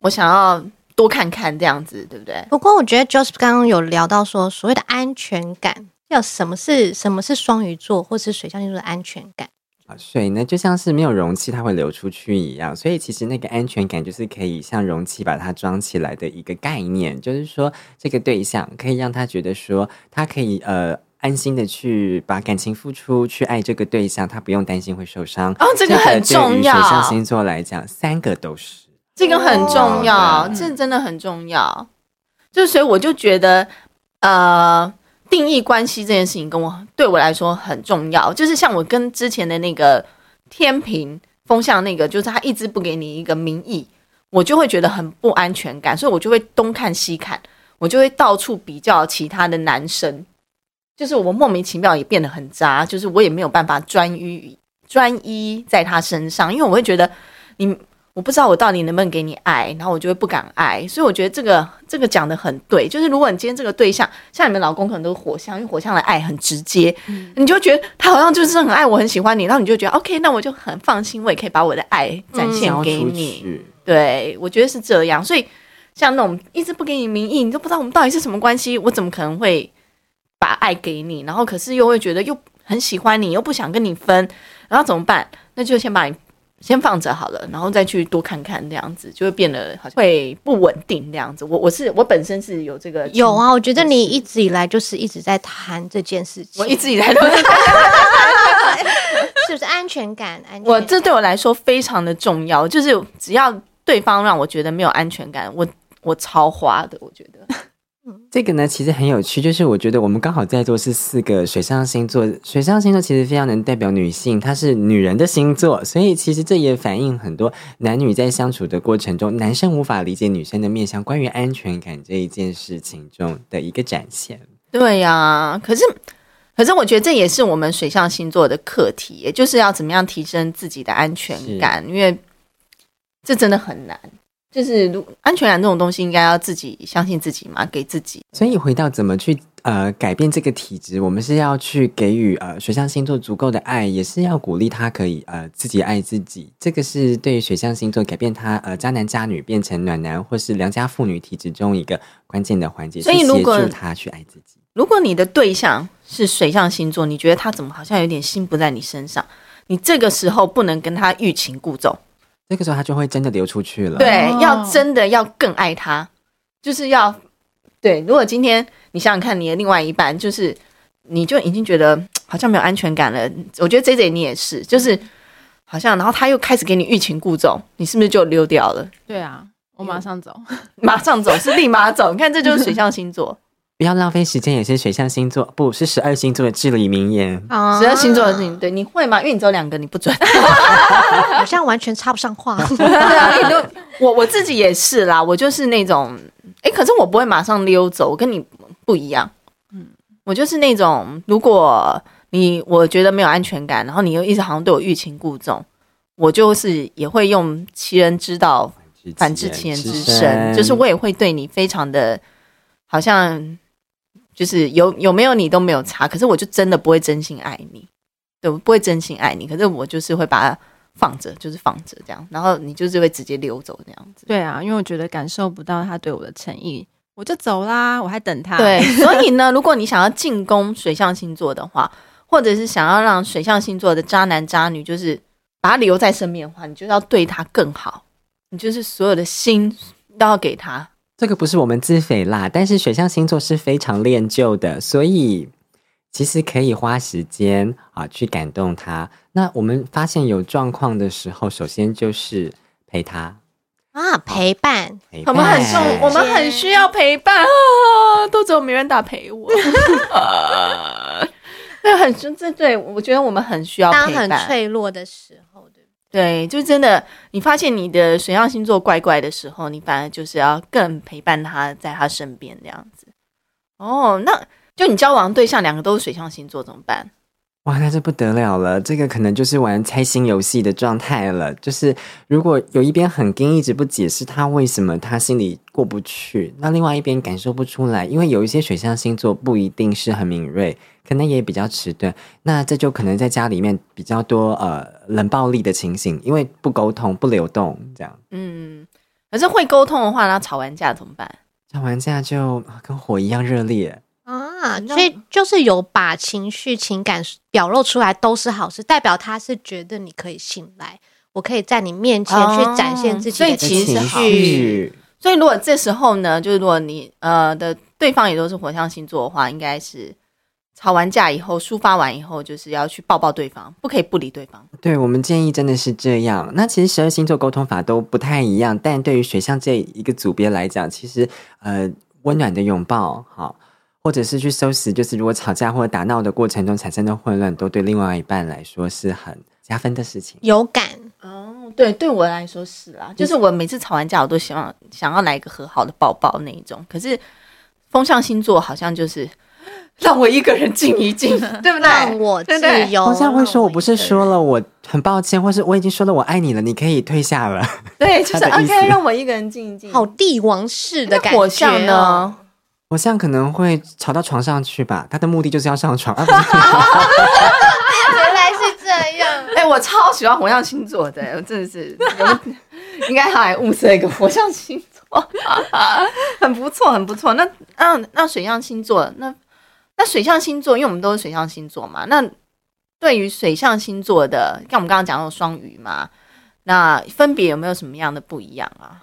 Speaker 2: 我想要多看看这样子，对不对？
Speaker 6: 不过我觉得 Joseph 刚刚有聊到说，所谓的安全感，要什么是什么是双鱼座或是水象星座的安全感？
Speaker 5: 啊，水呢就像是没有容器，它会流出去一样，所以其实那个安全感就是可以像容器把它装起来的一个概念，就是说这个对象可以让他觉得说他可以呃。安心的去把感情付出，去爱这个对象，他不用担心会受伤。
Speaker 2: 哦这个很重要
Speaker 5: 对于水象星座来讲，三个都是。
Speaker 2: 这个很重要
Speaker 5: 哦，
Speaker 2: 这真的很重要。就所以我就觉得，呃，定义关系这件事情跟我对我来说很重要。就是像我跟之前的那个天平风向那个，就是他一直不给你一个名义，我就会觉得很不安全感，所以我就会东看西看，我就会到处比较其他的男生。就是我莫名其妙也变得很渣，就是我也没有办法专一专一在他身上，因为我会觉得你我不知道我到底能不能给你爱，然后我就会不敢爱，所以我觉得这个这个讲的很对，就是如果你今天这个对象，像你们老公可能都是火象，因为火象的爱很直接，你就觉得他好像就是很爱我，很喜欢你，然后你就觉得 OK，那我就很放心，我也可以把我的爱展现
Speaker 5: 交
Speaker 2: 嗯给
Speaker 5: 出
Speaker 2: 你，
Speaker 5: 去，
Speaker 2: 对，我觉得是这样。所以像那种一直不给你名义，你都不知道我们到底是什么关系，我怎么可能会把爱给你？然后可是又会觉得又很喜欢你，又不想跟你分，然后怎么办？那就先把你先放着好了，然后再去多看看，这样子就会变得好像会不稳定这样子。我我是我本身是有这个
Speaker 6: 有啊，我觉得你
Speaker 2: 是
Speaker 6: 一直以来就是一直在谈这件事情，
Speaker 2: 我一直以来 都是，
Speaker 6: 是不是安全感？安全
Speaker 2: 我这
Speaker 6: 感
Speaker 2: 对我来说非常的重要，就是只要对方让我觉得没有安全感，我我超花的，我觉得。
Speaker 5: 这个呢，其实很有趣，就是我觉得我们刚好在座是四个水象星座，水象星座其实非常能代表女性，它是女人的星座，所以其实这也反映很多男女在相处的过程中，男生无法理解女生的面向，关于安全感这一件事情中的一个展现。
Speaker 2: 对呀、可是可是我觉得这也是我们水象星座的课题，也就是要怎么样提升自己的安全感，因为这真的很难。就是如安全感这种东西，应该要自己相信自己嘛，给自己。
Speaker 5: 所以回到怎么去呃改变这个体质，我们是要去给予呃水象星座足够的爱，也是要鼓励他可以呃自己爱自己。这个是对于水象星座改变他呃渣男渣女变成暖男或是良家妇女体质中一个关键的环节，
Speaker 2: 所以
Speaker 5: 是
Speaker 2: 如果
Speaker 5: 协助他去爱自己。
Speaker 2: 如果你的对象是水象星座，你觉得他怎么好像有点心不在你身上，你这个时候不能跟他欲擒故纵，
Speaker 5: 这个时候他就会真的流出去了。
Speaker 2: 对，要真的要更爱他，就是要对。如果今天你想想看，你的另外一半就是，你就已经觉得好像没有安全感了。我觉得 J J 你也是，就是好像，然后他又开始给你欲擒故纵，你是不是就溜掉了？
Speaker 3: 对啊，我马上走。
Speaker 2: 马上走是立马走，你看这就是水象星座，
Speaker 5: 不要浪费时间，也是水象星座不是十二星座的至理名言。
Speaker 6: 啊
Speaker 2: 十二星座的事情，对，你会吗？因为你只有两个，你不准。
Speaker 6: 好像完全插不 上话。
Speaker 2: 对啊，你都 我我自己也是啦，我就是那种，哎、可是我不会马上溜走，我跟你不一样，嗯，我就是那种，如果你我觉得没有安全感，然后你又一直好像对我欲擒故纵，我就是也会用其人之道反之其人之身，就是我也会对你非常的，好像就是有有没有你都没有差，可是我就真的不会真心爱你，对，我不会真心爱你，可是我就是会把它放着，就是放着这样，然后你就是会直接溜走这样子。
Speaker 3: 对啊，因为我觉得感受不到他对我的诚意，我就走啦，我还等他。
Speaker 2: 对，所以呢，如果你想要进攻水象星座的话，或者是想要让水象星座的渣男渣女，就是把他留在身边的话，你就要对他更好，你就是所有的心都要给他，
Speaker 5: 这个不是我们自肥啦，但是水象星座是非常恋旧的，所以其实可以花时间啊去感动他。那我们发现有状况的时候，首先就是陪他，
Speaker 6: 啊，陪伴，
Speaker 5: 陪
Speaker 2: 我
Speaker 5: 伴
Speaker 2: 们很重，
Speaker 5: 哎
Speaker 2: 我们很需要陪伴啊！都只有没人打陪我，啊对，很这对，我觉得我们很需要
Speaker 6: 当
Speaker 2: 陪
Speaker 6: 很
Speaker 2: 伴。
Speaker 6: 脆弱的时候，对不
Speaker 2: 对，就真的，你发现你的水象星座怪怪的时候，你反而就是要更陪伴他，在他身边这样子。哦，那就你交往对象两个都是水象星座怎么办？
Speaker 5: 哇，那这不得了了，这个可能就是玩猜心游戏的状态了。就是如果有一边很硬，一直不解释他为什么他心里过不去，那另外一边感受不出来，因为有一些水象星座不一定是很敏锐，可能也比较迟钝。那这就可能在家里面比较多呃冷暴力的情形，因为不沟通、不流动，这样
Speaker 2: 嗯，可是会沟通的话，那吵完架怎么办？
Speaker 5: 吵完架就啊跟火一样热烈。
Speaker 6: 对？啊，所以就是有把情绪、情感表露出来都是好事，代表他是觉得你可以信赖，我可以在你面前去展现自己
Speaker 2: 哦所以
Speaker 6: 的
Speaker 2: 其实
Speaker 6: 情
Speaker 2: 是
Speaker 6: 绪。
Speaker 2: 所以如果这时候呢，就是如果你呃的对方也都是火象星座的话，应该是吵完架以后、抒发完以后，就是要去抱抱对方，不可以不理对方。
Speaker 5: 对我们建议真的是这样。那其实十二星座沟通法都不太一样，但对于水象这一个组别来讲，其实呃，温暖的拥抱，好，或者是去收拾，就是如果吵架或者打闹的过程中产生的混乱，都对另外一半来说是很加分的事情。
Speaker 6: 有感，
Speaker 2: 哦，对，对我来说是啦，嗯就是我每次吵完架，我都希望想要来一个和好的抱抱那一种。可是风象星座好像就是让我一个人静一 静，对不对？
Speaker 6: 让我自
Speaker 2: 对不对
Speaker 6: 由。
Speaker 5: 好像会说，
Speaker 6: 让
Speaker 5: 哦我不是说了我很抱歉，或是我已经说了我爱你了，你可以退下了。
Speaker 2: 对，就是
Speaker 5: 他的意思
Speaker 2: OK，让我一个人静一静。
Speaker 6: 好帝王式的
Speaker 2: 那
Speaker 6: 感觉、哦
Speaker 2: 火象？呢？
Speaker 5: 我像可能会吵到床上去吧，他的目的就是要上床，啊、不是
Speaker 6: 原来是这样，
Speaker 2: 哎、我超喜欢火象星座的，我真的是应该还物色一个火象星座， 很不错，很不错。那嗯，那水象星座，那那水象星座，因为我们都是水象星座嘛，那对于水象星座的，像我们刚刚讲到双鱼嘛，那分别有没有什么样的不一样啊？
Speaker 6: 哎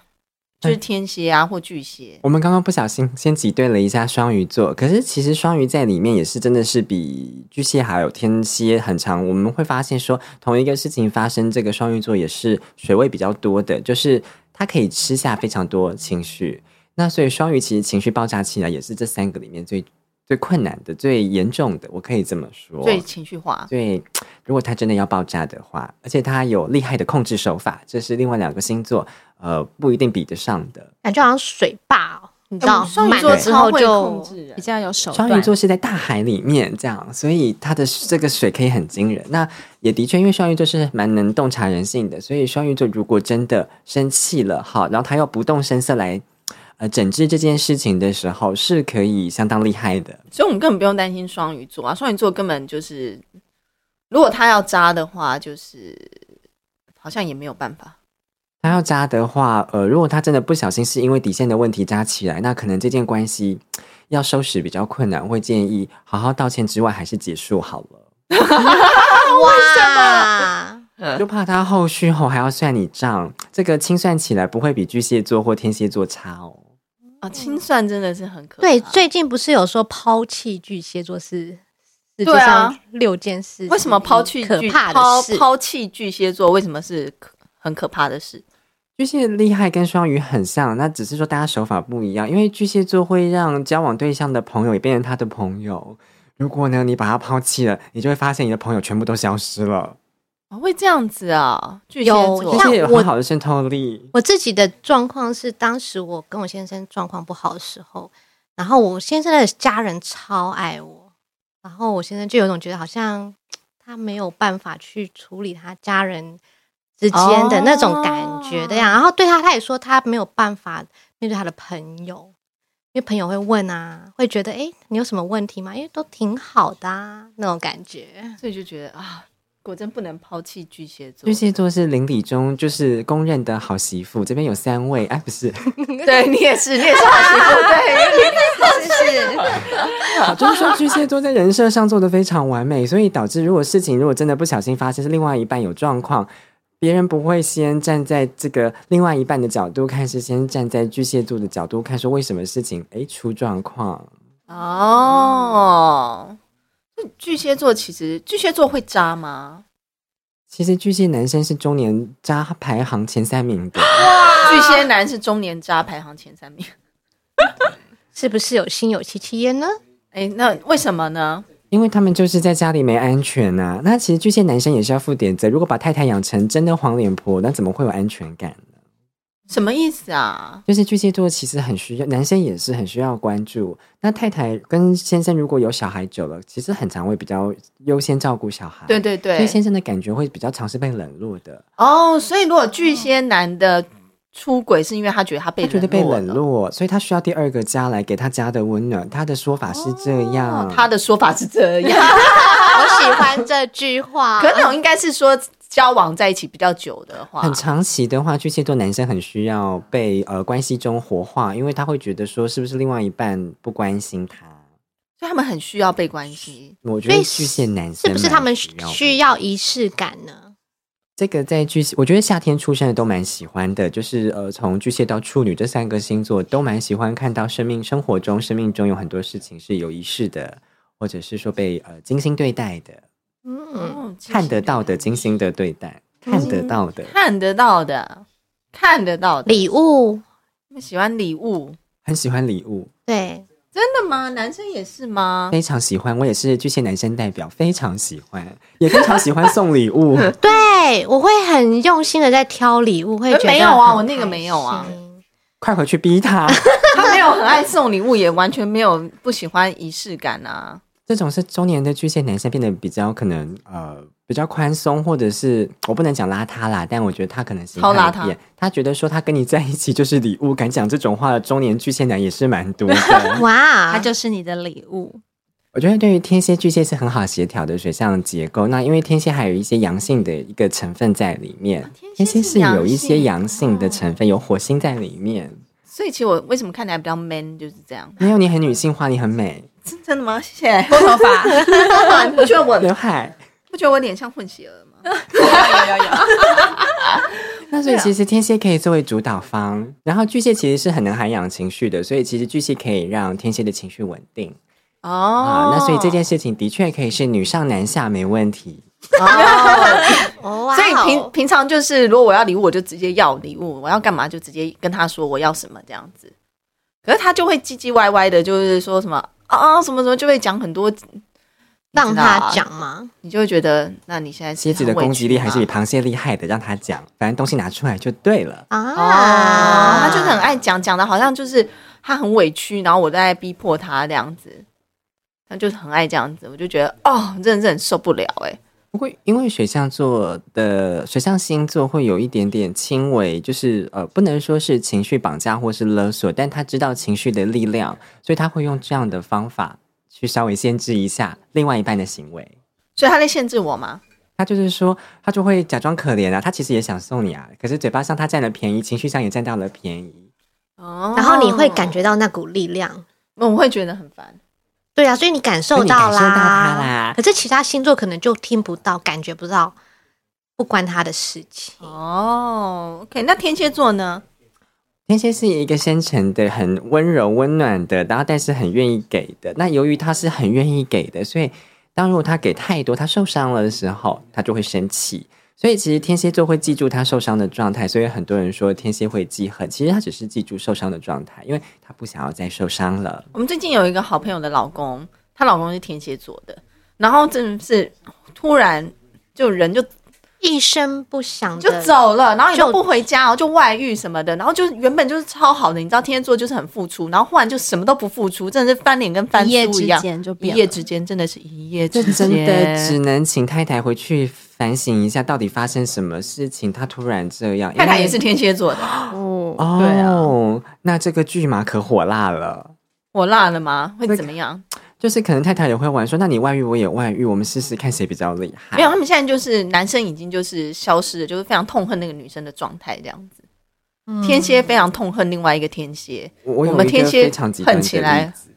Speaker 2: 就是天蝎啊，或巨蟹，
Speaker 5: 我们刚刚不小心先挤兑了一下双鱼座，可是其实双鱼在里面也是真的是比巨蟹还有天蝎很长。我们会发现说，同一个事情发生，这个双鱼座也是水位比较多的，就是它可以吃下非常多情绪。那所以双鱼其实情绪爆炸起来也是这三个里面最最困难的、最严重的，我可以这么说。
Speaker 2: 最情绪化。
Speaker 5: 对，如果他真的要爆炸的话，而且他有厉害的控制手法，这是另外两个星座呃不一定比得上的。
Speaker 6: 感觉好像水坝、哦，你知道，
Speaker 2: 嗯双鱼
Speaker 6: 满
Speaker 2: 座
Speaker 6: 了之后
Speaker 2: 超会控
Speaker 6: 就
Speaker 2: 制人
Speaker 3: 比较有手段。
Speaker 5: 双鱼座是在大海里面，这样，所以它的这个水可以很惊人。那也的确，因为双鱼座是蛮能洞察人性的，所以双鱼座如果真的生气了，好，然后他又不动声色来呃整治这件事情的时候，是可以相当厉害的。
Speaker 2: 所以我们根本不用担心双鱼座啊，双鱼座根本就是，如果他要渣的话，就是好像也没有办法。
Speaker 5: 他要扎的话，呃，如果他真的不小心是因为底线的问题扎起来，那可能这件关系要收拾比较困难，会建议好好道歉之外，还是结束好了，
Speaker 6: 哇，
Speaker 5: 就怕他后续后还要算你账，这个清算起来不会比巨蟹座或天蝎座差哦。
Speaker 2: 啊，清算真的是很可怕。
Speaker 6: 嗯对，最近不是有说抛弃巨蟹座是世界
Speaker 2: 对啊
Speaker 6: 上六件事，
Speaker 2: 为什么抛弃
Speaker 6: 可
Speaker 2: 巨
Speaker 6: 怕的
Speaker 2: 抛
Speaker 6: 事？
Speaker 2: 抛弃巨蟹座，为什么是可很可怕的事？
Speaker 5: 巨蟹厉害跟双鱼很像，那只是说大家手法不一样。因为巨蟹座会让交往对象的朋友也变成他的朋友，如果呢你把他抛弃了，你就会发现你的朋友全部都消失了。
Speaker 2: 啊，会这样子啊？巨蟹
Speaker 6: 有
Speaker 5: 巨
Speaker 2: 座
Speaker 6: 像
Speaker 5: 蟹有
Speaker 6: 我
Speaker 5: 很好的渗透力。
Speaker 6: 我自己的状况是，当时我跟我先生状况不好的时候，然后我先生的家人超爱我，然后我先生就有种觉得好像他没有办法去处理他家人之间的那种感觉的样，然后对他他也说他没有办法面对他的朋友。因为朋友会问啊，会觉得哎、诶你有什么问题吗？因为都挺好的啊，那种感觉。
Speaker 2: 所以就觉得啊，果真不能抛弃巨蟹座。
Speaker 5: 巨蟹座是邻里中就是公认的好媳妇，这边有三位，哎，不是，
Speaker 2: 对你也是，你 也是好星座，对，是是。
Speaker 5: 好就是说巨蟹座在人设上做的非常完美，所以导致如果事情如果真的不小心发生，是另外一半有状况，别人不会先站在这个另外一半的角度看，是先站在巨蟹座的角度看，说为什么事情哎出状况。
Speaker 2: 哦，那巨蟹座其实巨蟹座会渣吗？
Speaker 5: 其实巨蟹男生是中年渣排行前三名的，
Speaker 6: 啊
Speaker 2: 巨蟹男是中年渣排行前三名。
Speaker 6: 是不是有心有戚戚焉呢？
Speaker 2: 哎，那为什么呢？
Speaker 5: 因为他们就是在家里没安全呐、那其实巨蟹男生也是要负点责，如果把太太养成真的黄脸婆，那怎么会有安全感？
Speaker 2: 什么意思啊？
Speaker 5: 就是巨蟹座其实很需要，男生也是很需要关注。那太太跟先生如果有小孩久了，其实很常会比较优先照顾小孩。
Speaker 2: 对对对
Speaker 5: 所以先生的感觉会比较常是被冷落的，
Speaker 2: 哦，所以如果巨蟹男的出轨是因为他觉得他被
Speaker 5: 他觉得被冷
Speaker 2: 了
Speaker 5: 落，所以他需要第二个家来给他家的温暖。他的说法是这样，
Speaker 2: 哦他的说法是这样，
Speaker 6: 我喜欢这句话。
Speaker 2: 可能那种应该是说交往在一起比较久的话，
Speaker 5: 很长期的话，巨蟹座男生很需要被呃关系中活化，因为他会觉得说是不是另外一半不关心他。
Speaker 2: 所以他们很需要被关心。
Speaker 5: 我觉
Speaker 6: 所
Speaker 5: 得
Speaker 6: 以
Speaker 5: 巨蟹男生
Speaker 6: 是不是他们
Speaker 5: 蛮
Speaker 6: 需
Speaker 5: 需要被
Speaker 6: 需要仪式感呢？
Speaker 5: 这个在巨蟹，我觉得夏天出生的都蛮喜欢的，就是呃，从巨蟹到处女这三个星座都蛮喜欢看到生命生活中、生命中有很多事情是有仪式的，或者是说被呃精心对待的，
Speaker 6: 嗯，
Speaker 2: 哦
Speaker 5: 看得到的、精心的对待，嗯看得到的，
Speaker 2: 看得到的，看得到的。
Speaker 6: 礼物
Speaker 2: 他们喜欢礼物，
Speaker 5: 很喜欢礼物，
Speaker 6: 对，
Speaker 2: 真的吗？男生也是吗？
Speaker 5: 非常喜欢。我也是巨蟹男生代表，非常喜欢，也非常喜欢送礼 物。
Speaker 6: 对我会很用心的在挑礼物，会
Speaker 2: 呃
Speaker 6: 觉得
Speaker 2: 没有啊
Speaker 6: 很
Speaker 2: 我那个
Speaker 6: 开
Speaker 2: 没有啊
Speaker 6: 心
Speaker 5: 快回去逼他，
Speaker 2: 他没有很爱送礼物，也完全没有不喜欢仪式感啊。
Speaker 5: 这种是中年的巨蟹男生变得比较可能呃比较宽松，或者是我不能讲邋遢啦，但我觉得他可能心态
Speaker 2: 超邋遢
Speaker 5: 有变他觉得说他跟你在一起就是礼物，敢讲这种话的中年巨蟹男也是蛮多 的。
Speaker 6: 哇，
Speaker 3: 它就是你的礼物。
Speaker 5: 我觉得对于天蝎巨蟹是很好协调的水象结构，那因为天蝎还有一些阳性的一个成分在里面，啊天蝎是有一些阳性啊的成分，有火星在里面。
Speaker 2: 所以其实我为什么看起来比较 man 就是这样。
Speaker 5: 没有你很女性化，你很美，
Speaker 2: 真真的吗？谢谢。拨头发，你 不觉得我
Speaker 5: 刘海。
Speaker 2: 不觉得我脸像混血儿吗？
Speaker 5: 那所以其实天蝎可以作为主导方，然后巨蟹其实是很能涵养情绪的，所以其实巨蟹可以让天蝎的情绪稳定、啊
Speaker 2: 哦。
Speaker 5: 那所以 这件事情的确可以是女上男下没问题。
Speaker 6: 哦哇哦
Speaker 2: 所以平平常就是，如果我要礼物，我就直接要礼物；我要干嘛就直接跟他说我要什么这样子。可是他就会唧唧歪歪的，就是说什么啊什么什么，就会讲很多，
Speaker 6: 让他
Speaker 2: 你知道，啊
Speaker 6: 讲吗？
Speaker 2: 你就会觉得那你现在
Speaker 5: 蝎子的攻击力还是比螃蟹厉害的，让他讲，反正东西拿出来就对了。
Speaker 2: 哦，他
Speaker 6: 啊，
Speaker 2: 就是很爱讲，讲的好像就是他很委屈，然后我在逼迫他这样子，他就是很爱这样子，我就觉得哦，真的是很受不了哎、
Speaker 5: 不过因为水象座的水象星座会有一点点轻微，就是呃不能说是情绪绑架或是勒索，但他知道情绪的力量，所以他会用这样的方法去稍微限制一下另外一半的行为。
Speaker 2: 所以他在限制我吗？
Speaker 5: 他就是说，他就会假装可怜啊，他其实也想送你啊，可是嘴巴上他占了便宜，情绪上也占到了便宜。
Speaker 2: 哦
Speaker 6: 然后你会感，觉到那股力量，
Speaker 2: 我会觉得很烦。
Speaker 6: 对啊，所以你感受到啦，
Speaker 5: 所以你感受到它啦
Speaker 6: 可是其他星座可能就听不到，感觉不到，不关他的事情。
Speaker 2: 嗯哦，OK，那天蝎座呢？
Speaker 5: 天蝎是一个深沉的、很温柔、温暖的，然后但是很愿意给的。那由于他是很愿意给的，所以当如果他给太多，他受伤了的时候，他就会生气。所以其实天蝎座会记住他受伤的状态，所以很多人说天蝎会记恨，其实他只是记住受伤的状态，因为他不想要再受伤了。
Speaker 2: 我们最近有一个好朋友的老公，她老公是天蝎座的，然后真的是突然就人就呃
Speaker 6: 一声不响
Speaker 2: 就
Speaker 6: 的，
Speaker 2: 走了，然后也
Speaker 6: 就
Speaker 2: 都不回家哦，就外遇什么的，然后就是原本就是超好的，你知道天蝎座就是很付出，然后忽然就什么都不付出，真的是翻脸跟翻
Speaker 3: 一夜
Speaker 2: 书
Speaker 3: 之
Speaker 2: 一样，
Speaker 3: 间就
Speaker 2: 一
Speaker 3: 变
Speaker 2: 夜
Speaker 3: 了。
Speaker 2: 之间真的是一夜
Speaker 5: 这
Speaker 2: 之间，
Speaker 5: 真的只能请太太回去反省一下，到底发生什么事情，她突然这样。因为
Speaker 2: 太太也是啊天蝎座的，
Speaker 5: 哦，那这个剧嘛可火辣了。
Speaker 2: 我辣了吗？会怎么样？
Speaker 5: 就是可能太太也会玩说，那你外遇我也外遇，我们试试看谁比较厉害。
Speaker 2: 没有，他们现在就是男生已经就是消失了，就是非常痛恨那个女生的状态这样子。天蝎非常痛恨另外一个天蝎，
Speaker 5: 我我有
Speaker 2: 我们
Speaker 5: 一个
Speaker 2: 天蝎
Speaker 5: 非常极端
Speaker 2: 恨
Speaker 5: 的
Speaker 2: 起来
Speaker 5: 例子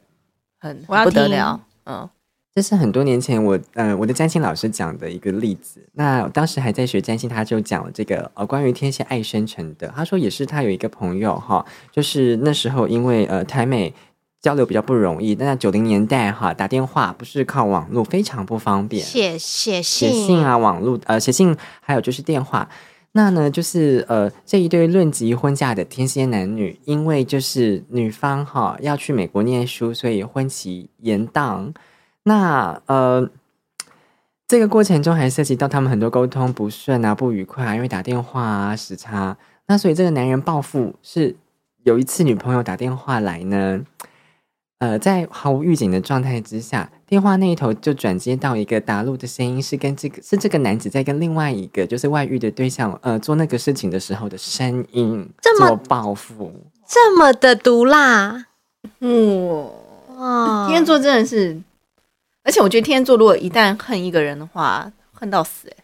Speaker 2: 很
Speaker 3: 我要
Speaker 2: 不得
Speaker 3: 听
Speaker 2: 了。嗯，
Speaker 5: 这是很多年前我呃我的占星老师讲的一个例子。那我当时还在学占星，他就讲了这个呃关于天蝎爱生成的。他说也是他有一个朋友哈，就是那时候因为呃台美交流比较不容易，那九零年代哈打电话不是靠网络非常不方便，
Speaker 6: 写写
Speaker 5: 写
Speaker 6: 信，
Speaker 5: 信啊，网络呃写信，还有就是电话。那呢，就是呃这一对论及婚嫁的天蝎男女，因为就是女方哈要去美国念书，所以婚期延宕。那呃。这个过程中还涉及到他们很多沟通不顺啊、不愉快啊、因为打电话啊、时差。那所以这个男人报复是有一次女朋友打电话来呢，呃，在毫无预警的状态之下，电话那一头就转接到一个打录的声音，是跟这个是这个男子在跟另外一个就是外遇的对象呃做那个事情的时候的声音，
Speaker 6: 这么
Speaker 5: 做报复。
Speaker 6: 这么的毒辣
Speaker 2: 嗯，
Speaker 6: 哇！
Speaker 2: 天蝎座真的是，而且我觉得天蝎座如果一旦恨一个人的话，恨到死、欸。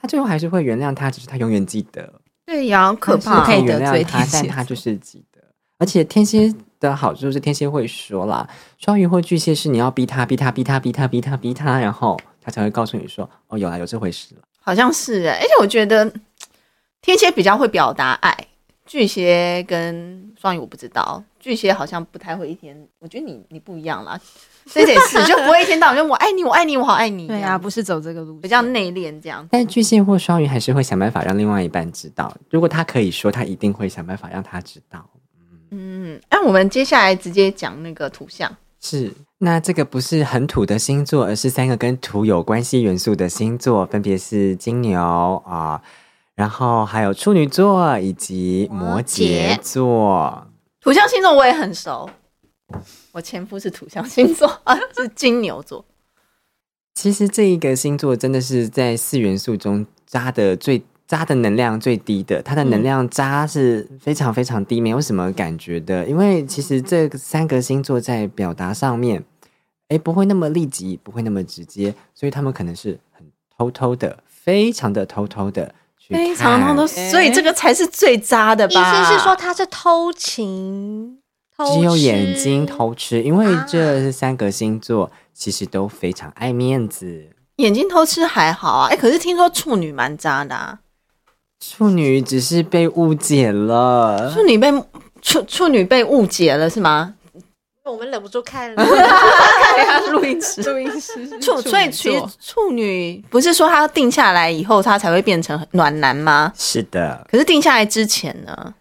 Speaker 5: 他最后还是会原谅他，只是他永远记得，
Speaker 2: 对呀，好可
Speaker 3: 怕
Speaker 2: 怕
Speaker 3: 可。以
Speaker 5: 原
Speaker 3: 得
Speaker 5: 谅
Speaker 3: 罪
Speaker 5: 他，
Speaker 3: 天蝎
Speaker 5: 但他就是记得。而且天蝎的好处是天蝎会说啦，双鱼或巨蟹是你要逼他，逼他，逼他，逼他，逼他，逼他，然后他才会告诉你说，哦，有啦，有这回事了。
Speaker 2: 好像是哎、而且我觉得天蝎比较会表达爱，巨蟹跟双鱼我不知道，巨蟹好像不太会一天。我觉得你你不一样 啦，这得是就不会一天到晚就我爱你，我爱你，我好爱你。
Speaker 3: 对啊，，不是走这个路线，
Speaker 2: 比较内敛这样。
Speaker 5: 但巨蟹或双鱼还是会想办法让另外一半知道，如果他可以说，他一定会想办法让他知道。
Speaker 2: 嗯，那我们接下来直接讲那个图像。
Speaker 5: 是，那这个不是很土的星座，而是三个跟土有关系元素的星座，分别是金牛啊、然后还有处女座以及摩羯座。
Speaker 2: 土象星座我也很熟，我前夫是土象星座 啊，是金牛座。
Speaker 5: 其实这一个星座真的是在四元素中渣的最渣的能量最低的，它的
Speaker 2: 嗯
Speaker 5: 能量渣是非常非常低，没有什么感觉的。因为其实这三个星座在表达上面，哎，不会那么立即，不会那么直接，所以他们可能是很偷偷的，非常的偷偷的去看，
Speaker 2: 非常多， 所以这个才是最渣的
Speaker 6: 医
Speaker 2: 吧？
Speaker 6: 生是说他是偷情，偷
Speaker 5: 只有眼
Speaker 6: 吃
Speaker 5: 睛偷吃，因为
Speaker 2: 啊
Speaker 5: 这三个星座其实都非常爱面子。
Speaker 2: 眼睛偷吃还好啊，哎、可是听说处女蛮渣的啊，
Speaker 5: 处女只是被误解了，
Speaker 2: 处女被处处女被误解了是 吗？
Speaker 6: 我们忍不住看了。
Speaker 2: 啊录音师，
Speaker 3: 录音师是
Speaker 2: 处
Speaker 3: 处
Speaker 2: 所以
Speaker 3: 女
Speaker 2: 其实
Speaker 3: 座
Speaker 2: 处女不是说她定下来以后她才会变成暖男吗？
Speaker 5: 是的，
Speaker 2: 可是定下来之前呢？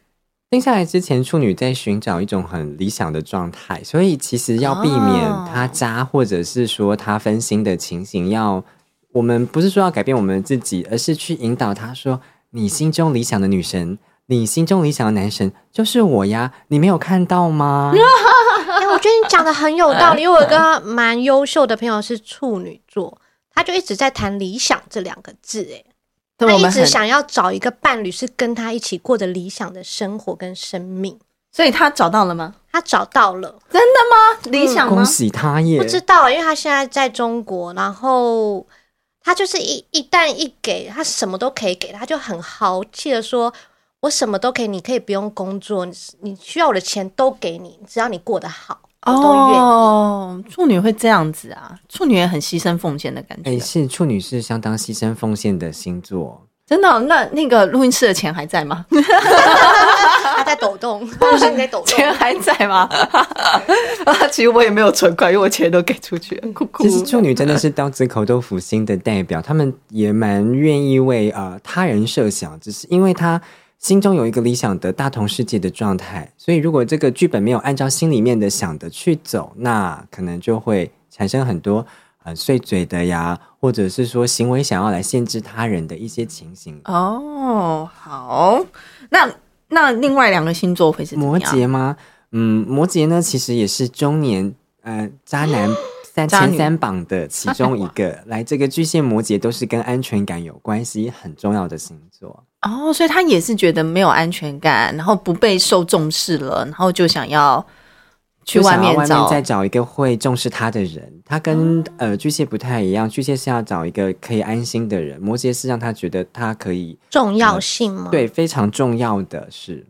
Speaker 5: 定下来之前，处女在寻找一种很理想的状态，所以其实要避免
Speaker 2: 哦
Speaker 5: 他渣，或者是说他分心的情形。要我们不是说要改变我们自己，而是去引导他说：“你心中理想的女神，你心中理想的男神就是我呀，你没有看到吗？”
Speaker 6: 哎、我觉得你讲的很有道理。因为我有个蛮优秀的朋友是处女座，他就一直在谈理想这两个字、哎，
Speaker 2: 对
Speaker 6: 他
Speaker 2: 我
Speaker 6: 一
Speaker 2: 们
Speaker 6: 直
Speaker 2: 很，
Speaker 6: 想要找一个伴侣，是跟他一起过着理想的生活跟生命。
Speaker 2: 所以她找到了吗？
Speaker 6: 他找到了，
Speaker 2: 真的吗？理想吗
Speaker 5: 恭？喜他耶
Speaker 6: 不！知道，因为他现在在中国，然后他就是一一旦一给他什么都可以给，他就很豪气的说：“我什么都给你，可以不用工作，你你需要我的钱都给你，只要你过得好，我都愿意。
Speaker 2: 哦，处女会这样子啊，处女也很牺牲奉献的感觉。
Speaker 5: 哎，是处女是相当牺牲奉献的星座，
Speaker 2: 真的哦、那那个录音室的钱还在吗？
Speaker 6: 他在抖 动，他现在抖动。
Speaker 2: 钱还在吗？ 啊，其实我也没有存款，因为我钱都给出去了，哭哭
Speaker 5: 其。实处女真的是刀子口豆腐心的代表，他们也蛮愿意为呃他人设想，只是因为他心中有一个理想的大同世界的状态，所以如果这个剧本没有按照心里面的想的去走，那可能就会产生很多很、呃碎嘴的呀，或者是说行为想要来限制他人的一些情形。
Speaker 2: 哦，好，那那另外两个星座会是怎么
Speaker 5: 摩
Speaker 2: 样？
Speaker 5: 羯吗？嗯，摩羯呢，其实也是中年呃 渣男三
Speaker 2: 渣
Speaker 5: 前
Speaker 2: 女
Speaker 5: 三榜的其中一 个。来，这个巨蟹、摩羯都是跟安全感有关系，很重要的星座。
Speaker 2: 哦，所以他也是觉得没有安全感，然后不被受重视了，然后就想要去
Speaker 5: 就想
Speaker 2: 外
Speaker 5: 要
Speaker 2: 面
Speaker 5: 外
Speaker 2: 找嗯
Speaker 5: 面再找一个会重视他的人。他跟、呃巨蟹不太一样，巨蟹是要找一个可以安心的人，摩羯是让他觉得他可以
Speaker 6: 重要性吗？
Speaker 5: 对非常重要的是，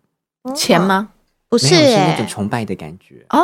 Speaker 2: 钱吗？
Speaker 6: 不
Speaker 5: 没
Speaker 6: 是、
Speaker 5: 有是那
Speaker 6: 欸
Speaker 5: 种，崇拜的感觉。
Speaker 2: 哦，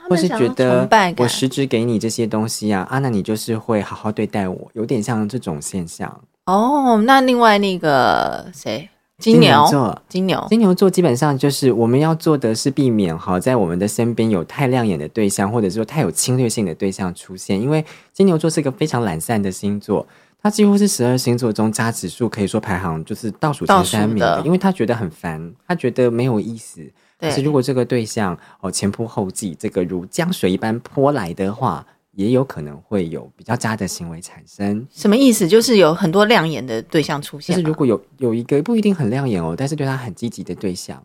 Speaker 2: 他
Speaker 5: 或
Speaker 2: 们
Speaker 5: 是
Speaker 2: 想
Speaker 5: 觉
Speaker 2: 要
Speaker 5: 得
Speaker 2: 崇拜感
Speaker 5: 我实质给你这些东西啊，啊，那你就是会好好对待我，有点像这种现象。
Speaker 2: 哦。那另外那个谁，金
Speaker 5: 金牛
Speaker 2: 牛
Speaker 5: 座，
Speaker 2: 金牛，
Speaker 5: 金牛座基本上就是我们要做的是避免哈，在我们的身边有太亮眼的对象，或者说太有侵略性的对象出现，因为金牛座是个非常懒散的星座。它几乎是十二星座中渣指数可以说排行就是倒数
Speaker 2: 倒
Speaker 5: 前
Speaker 2: 数
Speaker 5: 三名
Speaker 2: 的
Speaker 5: 因为他觉得很烦，他觉得没有意思。
Speaker 2: 对
Speaker 5: 但是如果这个对象哦前仆后继，这个如江水一般泼来的话，也有可能会有比较渣的行为产生。
Speaker 2: 什么意思？就是有很多亮眼的对象出
Speaker 5: 就
Speaker 2: 现
Speaker 5: 是
Speaker 2: 吗，
Speaker 5: 如果有有一个不一定很亮眼哦，但是对他很积极的对象，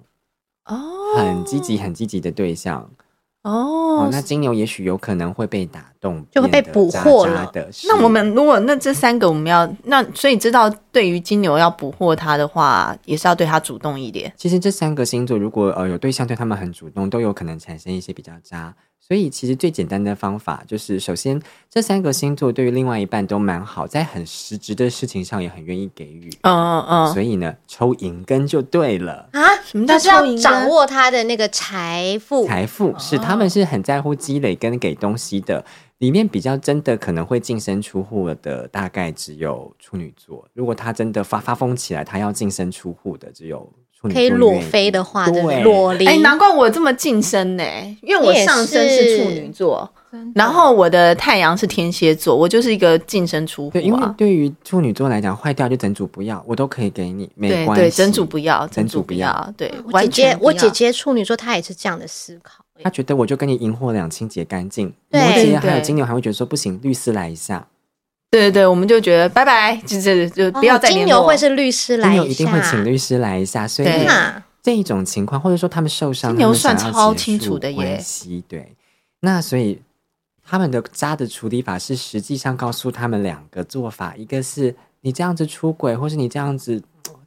Speaker 2: 哦
Speaker 5: 很积极、很积极的对象哦
Speaker 2: 哦，
Speaker 5: 那金牛也许有可能会被打动，
Speaker 6: 就会被
Speaker 5: 变得
Speaker 6: 捕
Speaker 5: 渣
Speaker 6: 获
Speaker 5: 渣
Speaker 6: 了
Speaker 5: 的是
Speaker 2: 那我们如果那这三个我们要那，所以知道对于金牛要捕获他的话，也是要对他主动一点。
Speaker 5: 其实这三个星座如果呃有对象对他们很主动，都有可能产生一些比较渣，所以其实最简单的方法就是，首先这三个星座对于另外一半都蛮好，在很实质的事情上也很愿意给予。
Speaker 2: 嗯
Speaker 6: 哦
Speaker 2: 嗯
Speaker 5: 所以呢，抽银根就对了。
Speaker 6: 啊，
Speaker 2: 么叫
Speaker 6: 就是要
Speaker 2: 抽银根
Speaker 6: 掌握他的那个财富，
Speaker 5: 财富是他们是很在乎积累跟给东西的，里面比较真的可能会净身出户的，大概只有处女座。如果他真的发发疯起来，他要净身出户的，只有处女座
Speaker 6: 可以裸
Speaker 5: 愿意
Speaker 6: 飞的话，对不对
Speaker 5: 对，
Speaker 6: 裸离
Speaker 2: 嗯，哎，难怪我这么近身呢、因为我上身是处女座，然后我的太阳是天蝎座，我就是一个净身出户
Speaker 5: 对，因为
Speaker 2: 啊。
Speaker 5: 对于处女座来讲，坏掉就整组不要，我都可以给你，没
Speaker 2: 对
Speaker 5: 关系。
Speaker 2: 对，整组不要，
Speaker 5: 整组
Speaker 2: 组
Speaker 5: 不要。
Speaker 2: 要，对，
Speaker 6: 我姐
Speaker 2: 完全
Speaker 6: 姐，
Speaker 2: 不
Speaker 6: 我
Speaker 2: 要
Speaker 6: 姐姐处女座，她也是这样的思考。欸
Speaker 5: 他觉得我就跟你银货两清洁干净，摩
Speaker 6: 对
Speaker 5: 羯还
Speaker 2: 对
Speaker 5: 有金牛还会觉得说不行，律师来一下，
Speaker 2: 对对对，我们就觉得拜拜，就就就不要再
Speaker 6: 哦金
Speaker 2: 联
Speaker 6: 牛
Speaker 2: 络
Speaker 6: 会是律师
Speaker 5: 金
Speaker 6: 来
Speaker 5: 牛
Speaker 6: 一
Speaker 5: 一
Speaker 6: 下，
Speaker 5: 定会请律师来一下，所以
Speaker 2: 对
Speaker 6: 啊
Speaker 5: 这一种情况，或者说他们受伤，
Speaker 2: 金牛
Speaker 5: 他们想要
Speaker 2: 算超
Speaker 5: 结
Speaker 2: 清
Speaker 5: 束
Speaker 2: 楚的耶
Speaker 5: 关系对，那所以他们的渣的处理法是实际上告诉他们两个做法，一个是你这样子出轨，或是你这样子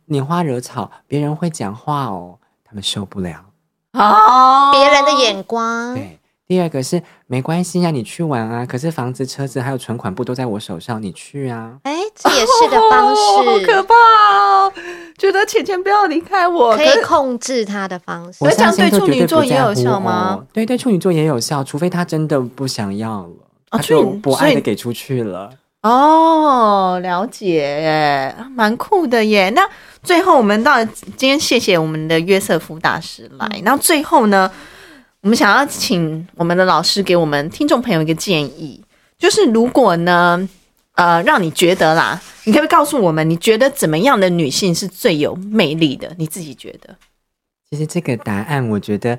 Speaker 5: 拈花惹草，别人会讲话哦，他们受不了。
Speaker 2: 哦，
Speaker 6: 别人的眼
Speaker 2: 嗯
Speaker 6: 光，
Speaker 5: 对，第二个是没关系呀、你去玩啊。可是房子、车子还有存款簿都在我手上，你去啊。
Speaker 6: 哎，这也是个 方
Speaker 2: 哦好可
Speaker 6: 式，
Speaker 2: 怕哦！觉得钱钱不要离开我，
Speaker 6: 可
Speaker 2: 可
Speaker 6: 以
Speaker 2: 是
Speaker 6: 控制他的方式
Speaker 5: 我。
Speaker 2: 这样
Speaker 5: 相信
Speaker 2: 对
Speaker 5: 都
Speaker 2: 处
Speaker 5: 绝
Speaker 2: 女
Speaker 5: 不
Speaker 2: 座也
Speaker 5: 在
Speaker 2: 有
Speaker 5: 乎
Speaker 2: 效
Speaker 5: 哦
Speaker 2: 吗？哦
Speaker 5: 对，对处女座也有效，除非他真的不想要了，他
Speaker 2: 处
Speaker 5: 就
Speaker 2: 女
Speaker 5: 不
Speaker 2: 所
Speaker 5: 爱
Speaker 2: 以
Speaker 5: 的给出去了。
Speaker 2: 哦，了解耶，蛮酷的耶。那最后我们到今天谢谢我们的约瑟夫大师来，然后最后呢，我们想要请我们的老师给我们听众朋友一个建议，就是如果呢，呃，让你觉得啦，你可不可以告诉我们，你觉得怎么样的女性是最有魅力的？你自己觉得？
Speaker 5: 其实这个答案，我觉得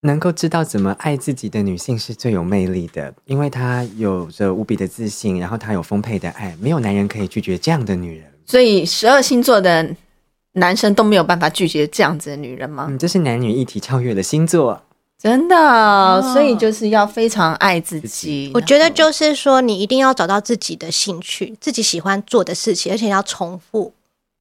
Speaker 5: 能够知道怎么爱自己的女性是最有魅力的，因为她有着无比的自信，然后她有丰沛的爱，没有男人可以拒绝这样的女人。
Speaker 2: 所以十二星座的男生都没有办法拒绝这样子的女人吗？
Speaker 5: 嗯，这是男女一体超越的星座。
Speaker 2: 真的，哦所以就是要非常爱自己。
Speaker 6: 我觉得就是说，你一定要找到自己的兴趣，自己喜欢做的事情，而且要重复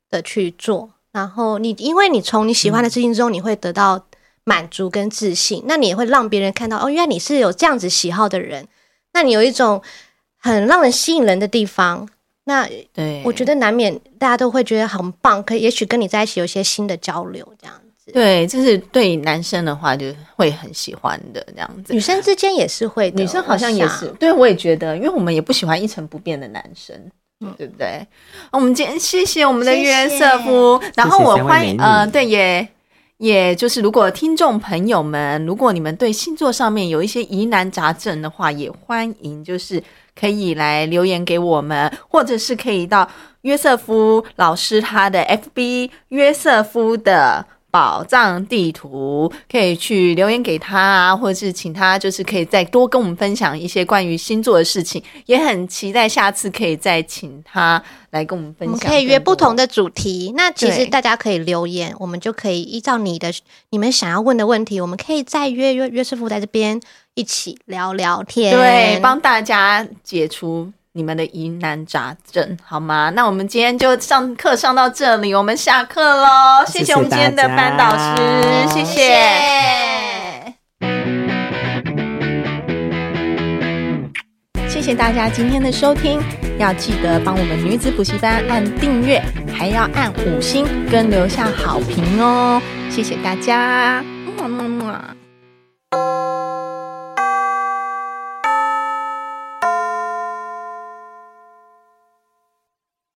Speaker 6: 的去做。然后你，因为你从你喜欢的事情中，你会得到满足跟自信，那你也会让别人看到哦，原来你是有这样子喜好的人，那你有一种很让人吸引人的地方。那
Speaker 2: 对，
Speaker 6: 我觉得难免大家都会觉得很棒，可以也许跟你在一起有一些新的交流，这样子。
Speaker 2: 对，就是对男生的话，就会很喜欢的这样子
Speaker 6: 女。生之间也是会的，
Speaker 2: 女生好像也
Speaker 6: 我想
Speaker 2: 是，对我也觉得，因为我们也不喜欢一成不变的男生，对不对？啊我们今天谢谢我们的
Speaker 6: 谢谢
Speaker 2: 约瑟夫，然后我
Speaker 5: 三位
Speaker 2: 欢
Speaker 5: 美
Speaker 2: 迎
Speaker 5: 女
Speaker 2: 呃，对也。也就是，如果听众朋友们，如果你们对星座上面有一些疑难杂症的话，也欢迎就是可以来留言给我们，或者是可以到约瑟夫老师他的 FB 约瑟夫的宝藏地图，可以去留言给他啊，或者是请他就是可以再多跟我们分享一些关于星座的事情，也很期待下次可以再请他来跟我们分
Speaker 6: 我
Speaker 2: 享
Speaker 6: 们
Speaker 2: 更多。
Speaker 6: 可以约不同的主题。那其实
Speaker 2: 对
Speaker 6: 大家可以留言，我们就可以依照你的你们想要问的问题，我们可以再约约约师傅在这边一起聊聊天，
Speaker 2: 对，帮大家解除你们的疑难杂症，好吗？那我们今天就上课上到这里，我们下课喽。谢
Speaker 5: 谢谢
Speaker 2: 我们今天的
Speaker 5: 大
Speaker 2: 班
Speaker 5: 家
Speaker 2: 导师，谢
Speaker 6: 谢谢。
Speaker 2: 谢谢大家今天的收听，要记得帮我们女子补习班按订阅，还要按五星跟留下好评哦，谢谢大家，么么么。